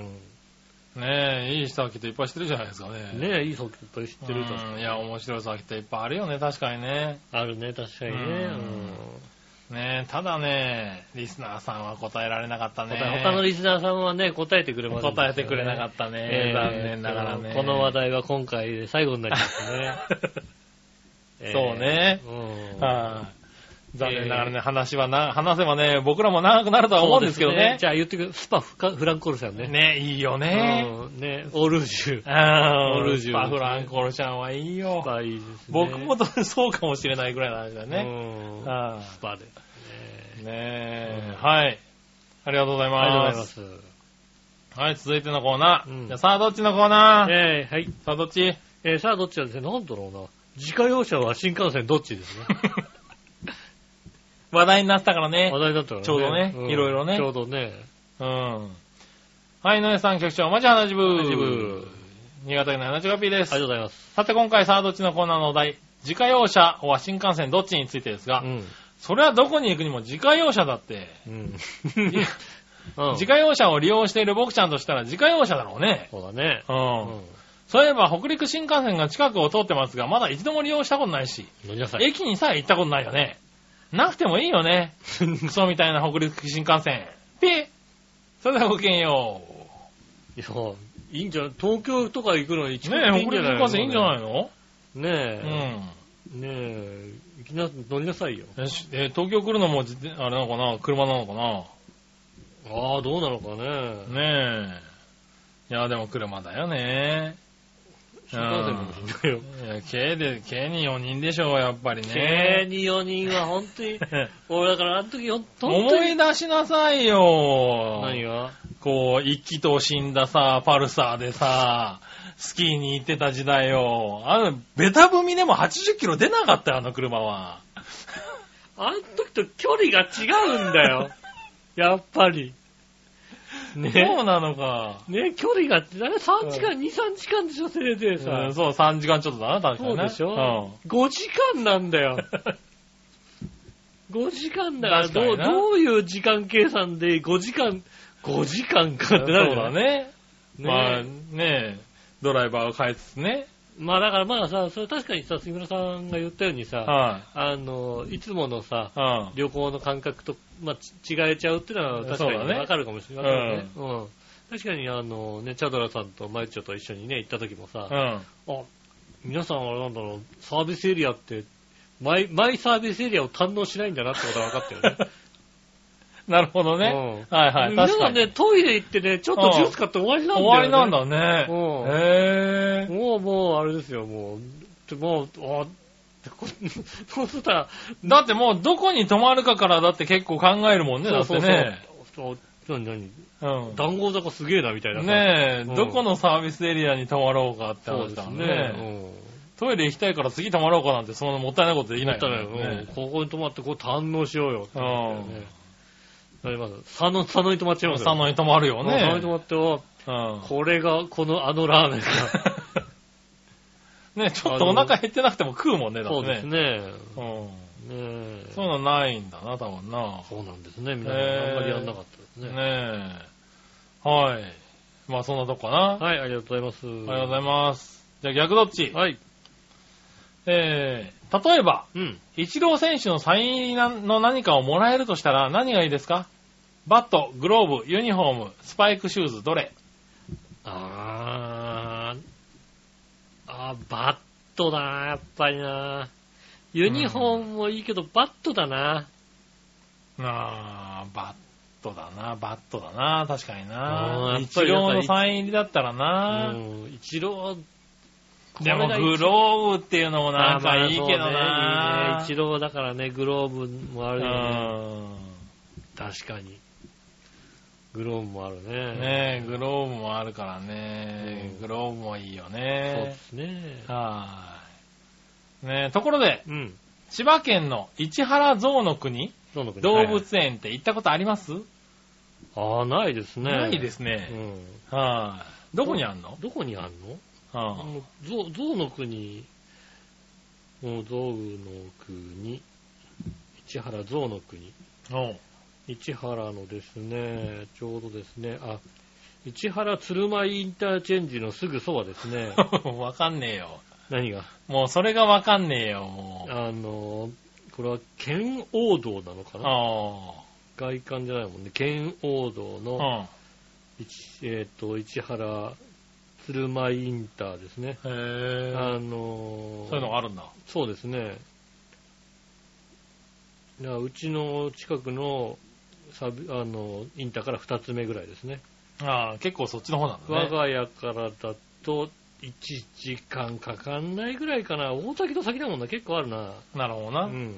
ねえ、いいサーキットいっぱい知ってるじゃないですかね。
ねえ、いい作品いっぱい知ってると。
うんいや、面白いサーキットいっぱいあるよね、確かにね。
あるね、確かにね。
ねえ、ただね、リスナーさんは答えられなかった
うん
ね。
答え他のリスナーさんはね、答えてくれませんでした
答
ね
えてくれなかったね。
えー
残念ながらね。
この話題は今回で最後になりますね。えー
*laughs* そうね。
うん。
はい。残念ながらね、話はな、話せばね、僕らも長くなるとは思うんですけどね
じ。ゃあ言ってくれ、スパフカフランコルシャンね。
ね、いいよね。
うんね、オルージュ。ス
あ
オ
オ
ル
ル
ジ
ジ
ュ
ュ。パフランコルちゃんはいいよ。
パいいですね。
僕もそうかもしれないぐらいの話だね。
ね。
あ
スパで。
あねえ、
うん
はい。ありがとうござい
ありがとうござ
ま。
いますす。
はい、続いてのコーナー。
うん
じゃあさあ、どっちのコーナー、
えー、はい。
さあ、どっち
えー、さあ、どっちはですね、なんだろうな。自家用車は新幹線どっちですね。
*laughs* 話題になったからね
話。題だったからね。
ちょうどね
ん
いろいろね
ちょうどね。
うん。はい、井上さん、局長、お待ち話部。
大丈夫。あり
新潟県の七十ピーで
がとう
す。
ございます。
さて、今回さあ、どっちのコーナーのお題。自家用車は新幹線どっちについてですが、
うん。
それはどこに行くにも自家用車だって。
うん。
いや
うん
*laughs* 自家用車を利用している僕ちゃんとしたら自家用車だろうね。
そうだね。
う。。
うん
そういえば北陸新幹線が近くを通ってますが、まだ一度も利用したことないし、
乗りなさい。
駅にさえ行ったことないよね。なくてもいいよね。クソみたいな北陸新幹線。ピッそれではごきげんよ
*laughs* いや、いいんじゃない東京とか行くのに一
う。
番
ね
い
え、
いん
北
じゃ
陸
ない
新幹線いいんじゃないのう
ね
ん。
え。ねえ。いきな、乗りなさいよ。
えしえ東京来るのも自転、あれなのかな車なのか
ああ、どうなのかね。
なねえ。いや、でも車だよね。
新幹線かもしれないよ。
いや、軽で、軽に4人でしょう、やっぱり
ねえ、
ね。
に4人は本当に、
*laughs*
俺だからあの時、ほんと
思い出しなさいよ。
何が
こう、一気と死んださ、パルサーでさ、スキーに行ってた時代よ。あの、ベタ踏みでも80キロ出なかったよ、あの車は。
あの時と距離が違うんだよ。やっぱり。
そ
ね
うなのか。
ね距離が、あれ3時間、2、3時間でしょ、せいぜい
うん
さ。
そう、3時間ちょっとだな、確か
そ
に
う
ね。
でしょ、?5 時間なんだよ。5時間だから
確か
どう、
にな
どういう時間計算で5時間、5時間か
う
っ
ん。そう
てなるよ
だ。ね。
ね
まあ、ねドライバーを変えつつね。
まあだからまあさ、それ確かにさ、杉村さんが言ったようにさ、
は
あの、いつものさ、
い。うん。
旅行の感覚と、まあ、ち違えちゃうっていうのは確かに
そうだね
わかるかもしれないわかるね。うん確かにあのね、チャドラさんとマイチョと一緒にね、行った時もさ、
うん。
あ、皆さんあれなんだろう、サービスエリアって、マイ、マイサービスエリアを堪能しないんだなってことが分かったよね。
なるほど
*laughs*
ね。はいはい。
皆
確
さ
か
ん
に。
ね、トイレ行ってね、ちょっとジュース買って終わりなんだ
終
よ、ね。
わりなんだね。
うん
へ
もう、もう、あれですよ、もう。ちょもう、あ、こ *laughs* そうしたら、
ーだってもうどこに泊まるかからだって結構考えるもんね、だってね。
そうそうそう。何何
うん
談合坂すげえな、みたいな。
ね
う
え、
ん
どこのサービスエリアに泊まろうかって
そう
話
で
だ
す
もん
ね。
ね。
うん
トイレ行きたいから次泊まろうかなんてそんなもったいないことでき
だっ
ない
た
よ
ら、
ね。
うん
ね
ここに泊まって、ここ堪能しようよって話だよね。なります。佐野、佐野に泊まっちゃいますよ。
佐野に泊まるよ
うん佐野に
ね
泊。まって、お
うん *laughs*
これが、この、あのラーメンか。
ねちょっとお腹減ってなくても食うもんね、だっ
そうで
て
す
ね。
ね。
うん
ねえ
そういうのないんだな、多分な。
そうなんですね。皆さん、あんまりやんなかったですね。
ねえ。はい。まあそんなとこかな。
はい、ありがとうございます。あり
おはようござい
ま
ます。じゃあ逆どっち
はい。
えー、例えば、
うん。
イチロー選手のサイン入りなの何かをもらえるとしたら何がいいですかバット、グローブ、ユニフォーム、スパイクシューズ、どれ
あー、あーバットだな、やっぱりな。ユニフォームもいいけど、バットだな。
あー、バットだな、バットだな、確かに
あ
な。
ーや
イ
っぱ
チ
り
ローのサイン入りだったら
う
な。
ん、一郎
でもグ
ー
ローブっていうのも
ブ
なんかいいけどな。
一郎だからね、グローブもあ
う
るよね。
ん
確かに。グローブもあるね。
ねえ、グローブもあるからね
う。ん
グローブもいいよ
そう
ね
で。すね。
はーい。ねえ、ところで、
うん。
千葉県の市原象の国
どうの国
動物園って行ったことあります、
ああ、ないですね。
ないです
う
ね。
ん。
はい、どこにあんの、
どこにあんのあ
は
の象象の国、もう象の国、市原象の国、
いおう
市原のですね、ちょうどですね、あ、市原鶴舞インターチェンジのすぐそばです
*laughs*
ね。
わかんねえよ。
何が
もうそれがわかんねえよ、もう。
あの、これは剣王道なのかな
あ
外観じゃないもんね。剣王道
あ。う
の、一えっ、と、市原鶴舞インターですね。
ん。へえ。
あの
そういうのがあるんだ。
そうですね。いやうちの近くのサビあのインターから2つ目ぐらいですね。
ああ、結構そっちの方なんだ
我
ね。
が家からだと1時間かかんないぐらいかな。大滝の先だもんな、結構あるな。
なるほど
う
な。
ん。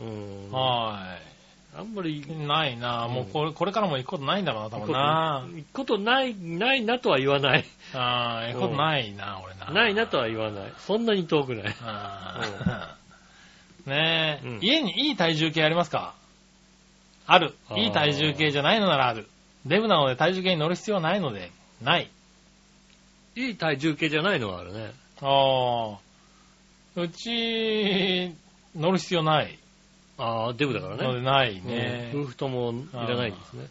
うん。
は
あんまり
ないなもうこれこれからも行くことないんだろうな、多
行く
分な。
ことない、ないなとは言わない。
ああ、行くことないな、俺な。
ないなとは言わない。そんなに遠くない。
あーねえ、
うん
家にいい体重計ありますかある。
あー
いい体重計じゃないのならある。デブなので体重計に乗る必要はないので、ない。
いい体重計じゃないのはあるね。
ああ。うち、乗る必要ない。
ああ、デブだから
ので
ね。
ないね。
うん夫婦ともいらないですね。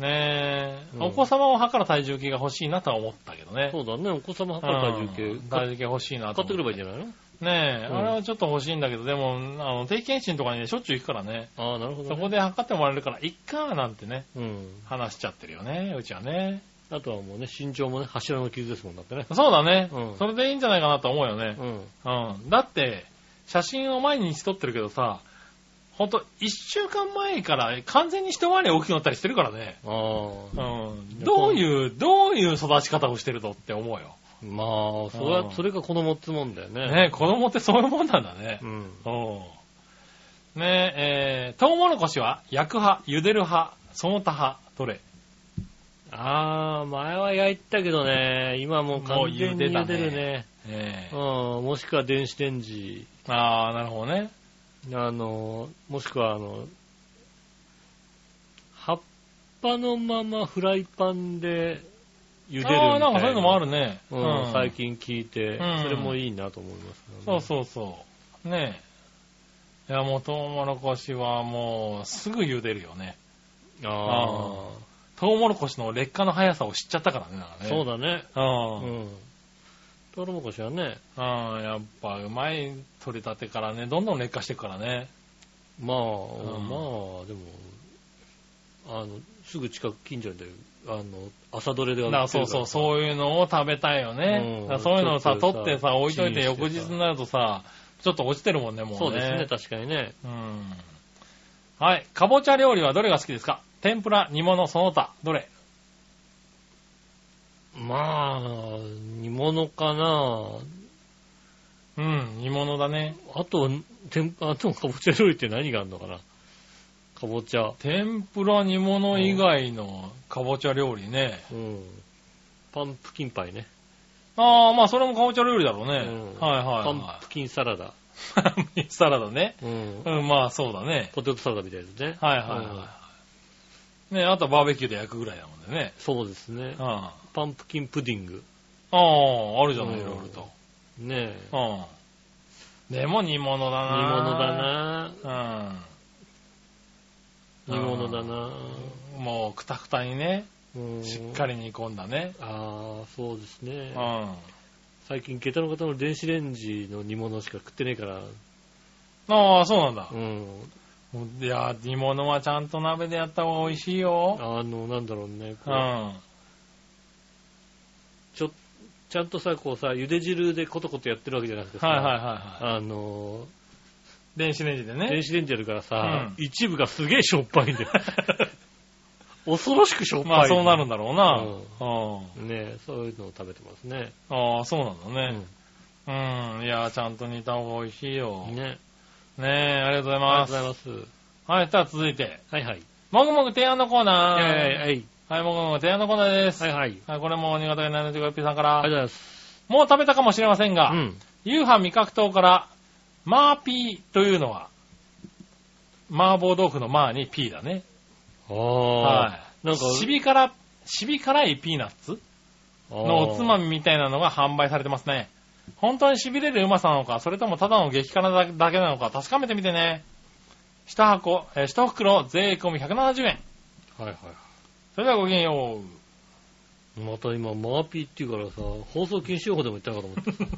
ねえ、
うん
お子様を測る体重計が欲しいなとは思ったけどね。
そうだね。お子様測る体
う
重
ん
計。
体重計欲しいなと
買って
思
くればいいん
い
じゃないの
ねえ、
うん
あれはちょっと欲しいんだけど、でも、あの、定期検診とかにね、しょっちゅう行くからね。
ああ、なるほど、
そ
ね。
こで測ってもらえるから、いっかなんてね、
うん。
話しちゃってるよね、うちはね。
あとはもうね、身長もね、柱の傷ですもんだってね。
そうだね、
うん
それでいいんじゃないかなと思うよね
う。ん。
うん。だって、写真を毎日撮ってるけどさ、ほんと、一週間前から完全に一回り大きくなったりしてるからね。
あ
う
あ。
ん。どういう、どういう育ち方をしてるのって思うよ。
まあ、それ
うん
は、それが子供っつもんだよね。
ね子供ってそういうもんなんだね
う。ん。
おうねえ、えー、トウモロコシは焼く派、茹でる派、その他派、どれ
ああ、前は焼いてたけどね、今もう完全に
もう
茹
茹で
で
たね
るね。
え
う
え
ん、もしくは電子レンジ、
ああ、なるほどね。
あの、もしくはあの、葉っぱのままフライパンで茹でるみたいな。
ああ、なんかそういうのもあるね。
うん最
近。
近聞いて、
うん
それもいいなと思いますね、
そうそうそう。ねえ。いや、もうトウモロコシはもう、すぐ茹でるよね。
あ
トウモロコシの劣化の速さを知っちゃったからね、なんか
あ、
ね。
そうだね。う
うん。
ん。トウモロコシはね、
うん、やっぱ、うまい取り立てからね、どんどん劣化していくからね。
まあ、
ん
まあ、でも、あの、すぐ近く近所で、あの、朝どれで
だ
は
からそうそう、そういうのを食べたいよね
う。ん
だからそういうのをさ、
ちょっと
取
さ
ってさ、置いといて
チンしてさ
翌日になるとさ、ちょっと落ちてるもんね、もうね。
そうですね、。確かにね。
うん。はい。かぼちゃ料理はどれが好きですか天ぷら、煮物、その他、どれ
まあ、煮物かな
うん、煮物だね。
あと、天あと、かぼちゃ料理って何があるのかなかぼちゃ。
天ぷら煮物以外のかぼちゃ料理ね。
うん。パンプキンパイね。
ああ、まあそれもかぼちゃ料理だろうね。
うん
はい
パ
はい、
ン
は
プキンサラダ。
い。サラダね。
うん。
うん、まあそうだね。
ポテトサラダみたいですね。
はいはいはい。ね、あとバーベキューで焼くぐらいだもんね。
そうですね
う。ん。あ
パンプキンプディング。
あ、あるじゃない、
うん
いろいろと。
ねえ。
うん。でも煮物だ
煮
な。
物だな
な。うん。
煮物だな
うん。もうくたくたにね、
うん
しっかり煮込んだね。
ああ、そうです
う
ね
ん。。
最近、下駄の方の電子レンジの煮物しか食ってねえから、
ああ、そうなんだ
う。ん。
いや、煮物はちゃんと鍋でやった方が美味しいよ。
あの、なんだろうね。
う。
こうんちょ、ちゃんとさ、こうさ、茹で汁でコトコトやってるわけじゃなくてさ、
はいはいはいは
あの
い。電子レンジで
ー、電 *laughs*
ね。
子レンジやるからさ、
う
一部がすげえしょっぱいんだよ。 *laughs* 恐ろしくしょっぱい。
まあそうなるんだろうな。
うん
うん。
ねえそういうのを食べてますね。
ああ、そうなんだね。うん。いや、ちゃんと煮た方が美味しいよ。
うん
ね
ね
え、ありがとうござい
ありが
ま
と
す。
うございます。
はい、さあ続いて、
はいはい。
もぐもぐ提案のコーナ
は
ー。
いはい。
はい、もぐもぐ提案のコーナーです。
はいはい。
はい、これも新潟県7 5 p さん
あ
か
り
ら、
がとうございます。
もう食べたかもしれません
う
が、
ん。
夕飯味覚糖から、マーピーというのは、麻婆豆腐のマーにピーだね。
あ
は
あ。
い。
なんか
しびから、しび辛いピーナッツのおつま
み。
みみたいなのが販売されてますね。本当に痺れるうまさなのか、それともただの激辛だだけなのか確かめてみてね。一箱、えー一袋税込み170円。
はいは
それではごきげん *laughs* よう。
い。また今、マーピーっていうからさ、放送禁止用法でも言ったのかと思って。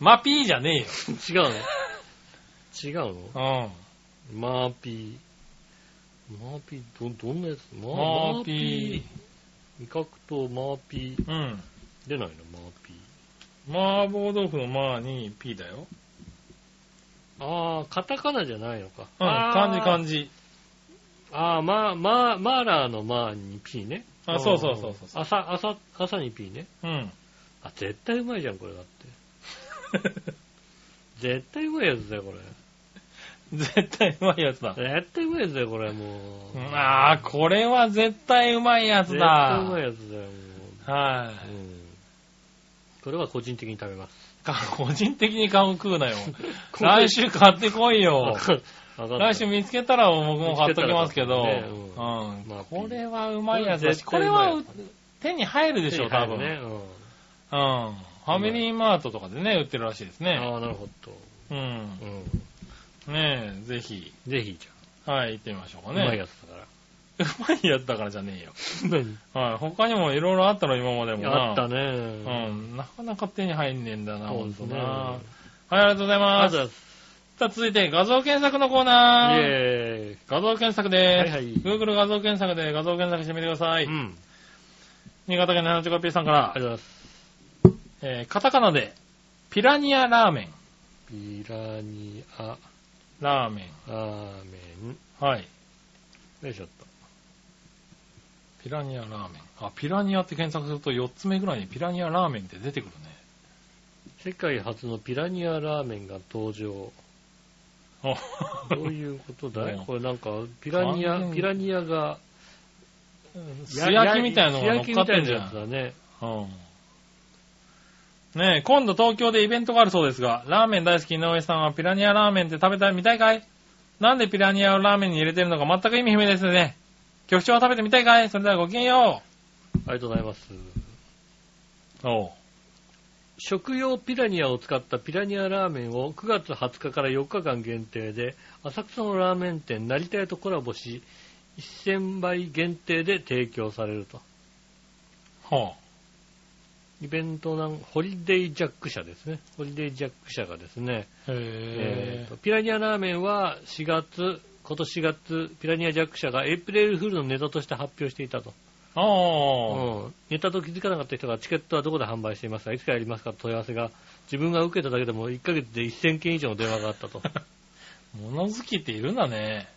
マピーじゃね
*laughs* 違うの違うの
えよ。
マーピー。マーピー、ど、どんなやつ
う
マ
ん。マピ
ー。味覚とマーピー。
ー。うん。
出ないのマーピー。
麻婆豆腐のマーにピーだよ。
あー、カタカナじゃないのか。
うん、
あー
漢字漢字。
あー、まあ、まあ、マーラーのマーに P ね。
あそうそうそうそうそ
朝、朝、朝に P ね。
うん。
あ、絶対うまいじゃん、これだって。絶対うまいやつだよ、これ。
*laughs* 絶対うまいやつだ。
絶対うまいやつだよ、これもう。
ああ、これは絶対うまいやつ
絶
だ
対。うまいやつだよ、もう。う
は
ん。これは個人的に食べます。
い。か個人的に顔食うなよ。
個人
来週買ってこい
わ
よ。
かんわかんない
来週見つけたら僕も買っときますけど、
見つけたら買
う
うんんまあ
これはうまいやつだし、こ
こ
れ
れは
は
絶
手に入るでしょう、多分。
ね。
うん。ファミリーマートとかでね、売ってるらしいです
うん。
ね。
ああ、なるほど。
うん
う。ん。
ねえ、ぜひ、
ぜひ、じ
はい、行ってみましょう
ゃあ、
か
う
ね。
まいやつだから。
うまいやつだからじゃねえよ。
何
はい、他にもいろいろあったの、今までもな。
あったね。
うん、なかなか手に入んねえんだな、ほ
そうんです
と
ね
な。はい、ありがとうござい
あ
ます。
ざ、イ
さあ、続いて画像検索のコーナー。
ェーイ。
画像検索で
は
す。
いはい。
Google 画像検索で画像検索してみてください。
うん。
新潟県 75P さんから
ありがとうございます。
えーカタカナで、ピラニアラーメ
ピ
ン。
ラニア
ラーメ
ラーメン。
ン。はい。
よいしょっと。
ピラニアラーメン。あ、ピラニアって検索すると4つ目ぐらいにピラニアラーメンって出てくるね。
世界初のピラニアラーメンが登場。
あ
ど
*laughs*
ういうことだ
うん
いこれなんか、ピラニ
完全
ア、
に
ピラニアが、
素焼きみたいなのが乗っ
素焼き
かっ
みた
て
い
ん
な
じゃ
やつ
ん。
だね。
うん。ねえ、今度東京でイベントがあるそうですが、ラーメン大好き井上さんはピラニアラーメンって食べたい、見たいかいなんでピラニアをラーメンに入れてるのか全く意味不明ですね。局長は食べてみたいかいそれではごきげんよ
ありがとうございます。
う。おう。
食用ピラニアを使ったピラニアラーメンを9月20日から4日間限定で、浅草のラーメン店成田屋とコラボし、1000杯限定で提供されると。
ほ
イベントなん、ホリデイジャック社ですね。ホリデイジャック社がですね、
う。
え
へ
ーとピラニアラーメンは4月、今年4月、ピラニアジャック社がエイプレイルフールのネタとして発表していたと。
ー。おー。
うんネタと気づかなかった人がチケットはどこで販売していますかいつかやりますかと問い合わせが、自分が受けただけでも1ヶ月で1000件以上の電話があ
*laughs*
ったと。
物好きっているんだね。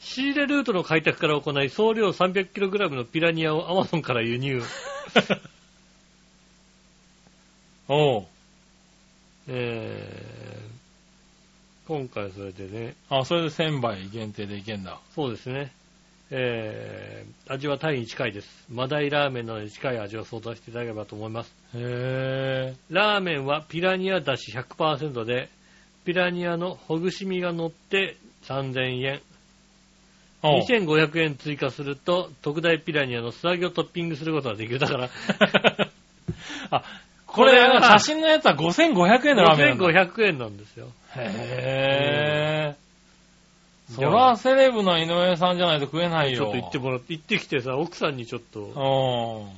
仕入れルートの開拓から行い、総量 300kg のピラニアをアマゾンから輸入。
*laughs* おう。
えー今回それでね、
あ、それで1000杯限定でいけんだ。
そうですね。えー味はタイに近いです。マダイラーメンなどに近い味を想像していただければと思います。
へ
ラーメンはピラニアだし100%で、ピラニアのほぐし身が乗って3000円。
ぇー。おう。
2500円追加すると、特大ピラニアの素揚げをトッピングすることができる。だ
*laughs*
から、
あ、これ、写真のやつは5500円のラーメンなんだ。
2500円なんですよ。
へぇー。そらセレブの井上さんじゃないと食えない
ち
よ
ょっ。と行ってもらって、行ってきてさ、奥さんにちょっと、
も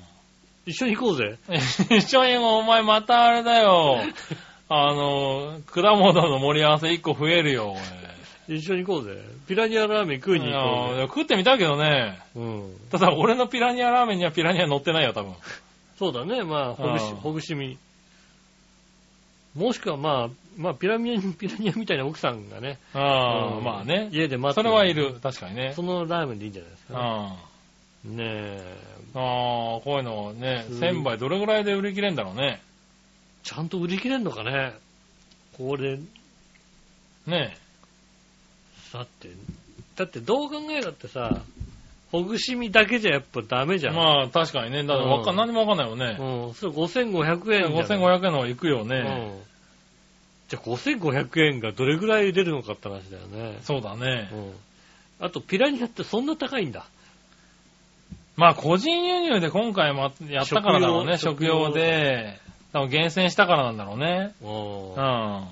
一緒に行こうぜ。
うん。一緒にもお前またあれだ
*laughs*
よ。あの、果物の盛り合わせ1個増えるよ、
一緒に行こうぜ。ピラニアラーメン食
俺
いに行こ
いや食ってみたいけどね。
うぜ。うん。
ただ俺のピラニアラーメンにはピラニア乗ってないよ、多分。
そうだね、まあ、ほぐし、
うん
ほぐし身。もしくはまあ、まあ、ピラミア、ピラニアみたいな奥さんがね、
ああ、
うん
まあね。
家で待って
それはい。る。確かにね。
そのラーメンでいいんじゃないです
う
か
ん。
ね。ね
あ
え、
あ、こういうのね、
うん
1000杯どれぐらいで売り切れんだろうね。
ちゃんと売り切れんのかねこれ、
ね
だって、だってどう考えたってさ、ほぐし身だけじゃやっぱダメじ
え。
ゃん。
まあ確かにね。だってわか、
うんん
何もわかんないよね。
うん、それ5500円じゃん。
5500円の方が行くよね。
うん。じゃあ5500円がどれぐらい出るのかって話だよね。
そうだね
う。ん。あと、ピラニアってそんな高いんだ。
まあ個人輸入で今回もやったからだろうね。食
食
用
用
で。多分厳選したからなんだろうね。
う。
うんん。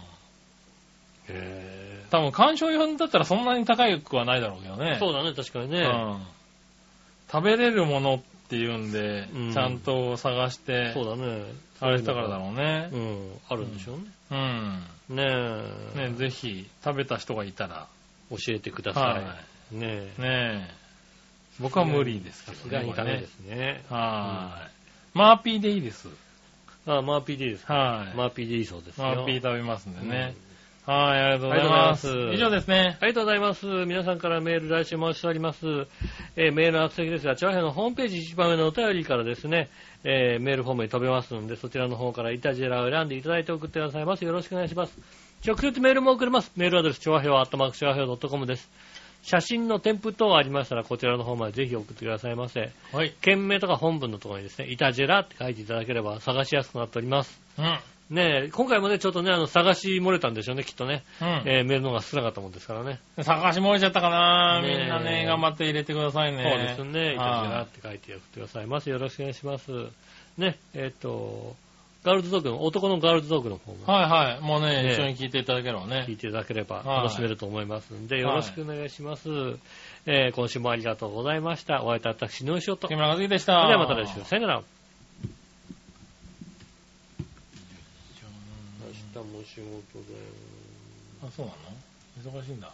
へ
多分鑑賞用だったらそんなに高くはないだろうけどね
え。。そうだね、確かに
う
ね。
ん。食べれるものっていうんで
う、ん
ちゃんと探して。
そうだね。
あれしたからだろうね
う。ん。あるんでしょうね。
うん。
ねえ。
ね、ぜひ食べた人がいたら。
教えてくだ
は
さい。ね
い。
え。
ねえ。僕は無理ですけ
さす
ど
が
ね。
に
こ
ダ
れ
メ
ね
ですね。
はい。マーピーでいいです。
あ、マーピーでいいですか。
はい。
マーピーでいいそうですよ。
マーピー食べますんでね。はい、ありがとうございます。
ありがとうございます
以上ですね。
ありがとうございます。皆さんからメール来週もお待ちしております。えーメールの宛先ですが、チャワヘアのホームページ一番上のお便りからですね、えーメールフォームに飛べますので、そちらの方からイタジェラを選んでいただいて送ってくださいます。よろしくお願いします。直接メールも送れます。メールアドレス、ちょわへわ、あったまくちょわへわ .com です。写真の添付等ありましたら、こちらの方までぜひ送ってくださいませ。
はい。
件名とか本文のところにですね、イタジェラって書いていただければ探しやすくなっております。
うん。
ねえ、今回もね、ちょっとね、あの、探し漏れたんでしょうね、きっとね。
うん。
えーメールの方が少なかったもんですからね。
探し漏れちゃったかな
ねえ
みんなね、頑張って入れてくださいね。
そうですね。イタジェラっ
は
て書いて送ってくださいます。よろしくお願いします。ね、えっ、と、ガールズドッグの、男のガールズドッグの方
い
も
はいはい。もう
ね
ね、
え
一緒に聞いていただければ
聞い
ね。
ていただければ
はい
楽しめると思いますんで、よろしくお願いします。えー今週もありがとうございました。お会いいた私、のうしおと。そ
木
れ
村和樹でした。
ではまた来週。さよなら。
うん
明日も仕事で
あ、そうなの忙しいんだ。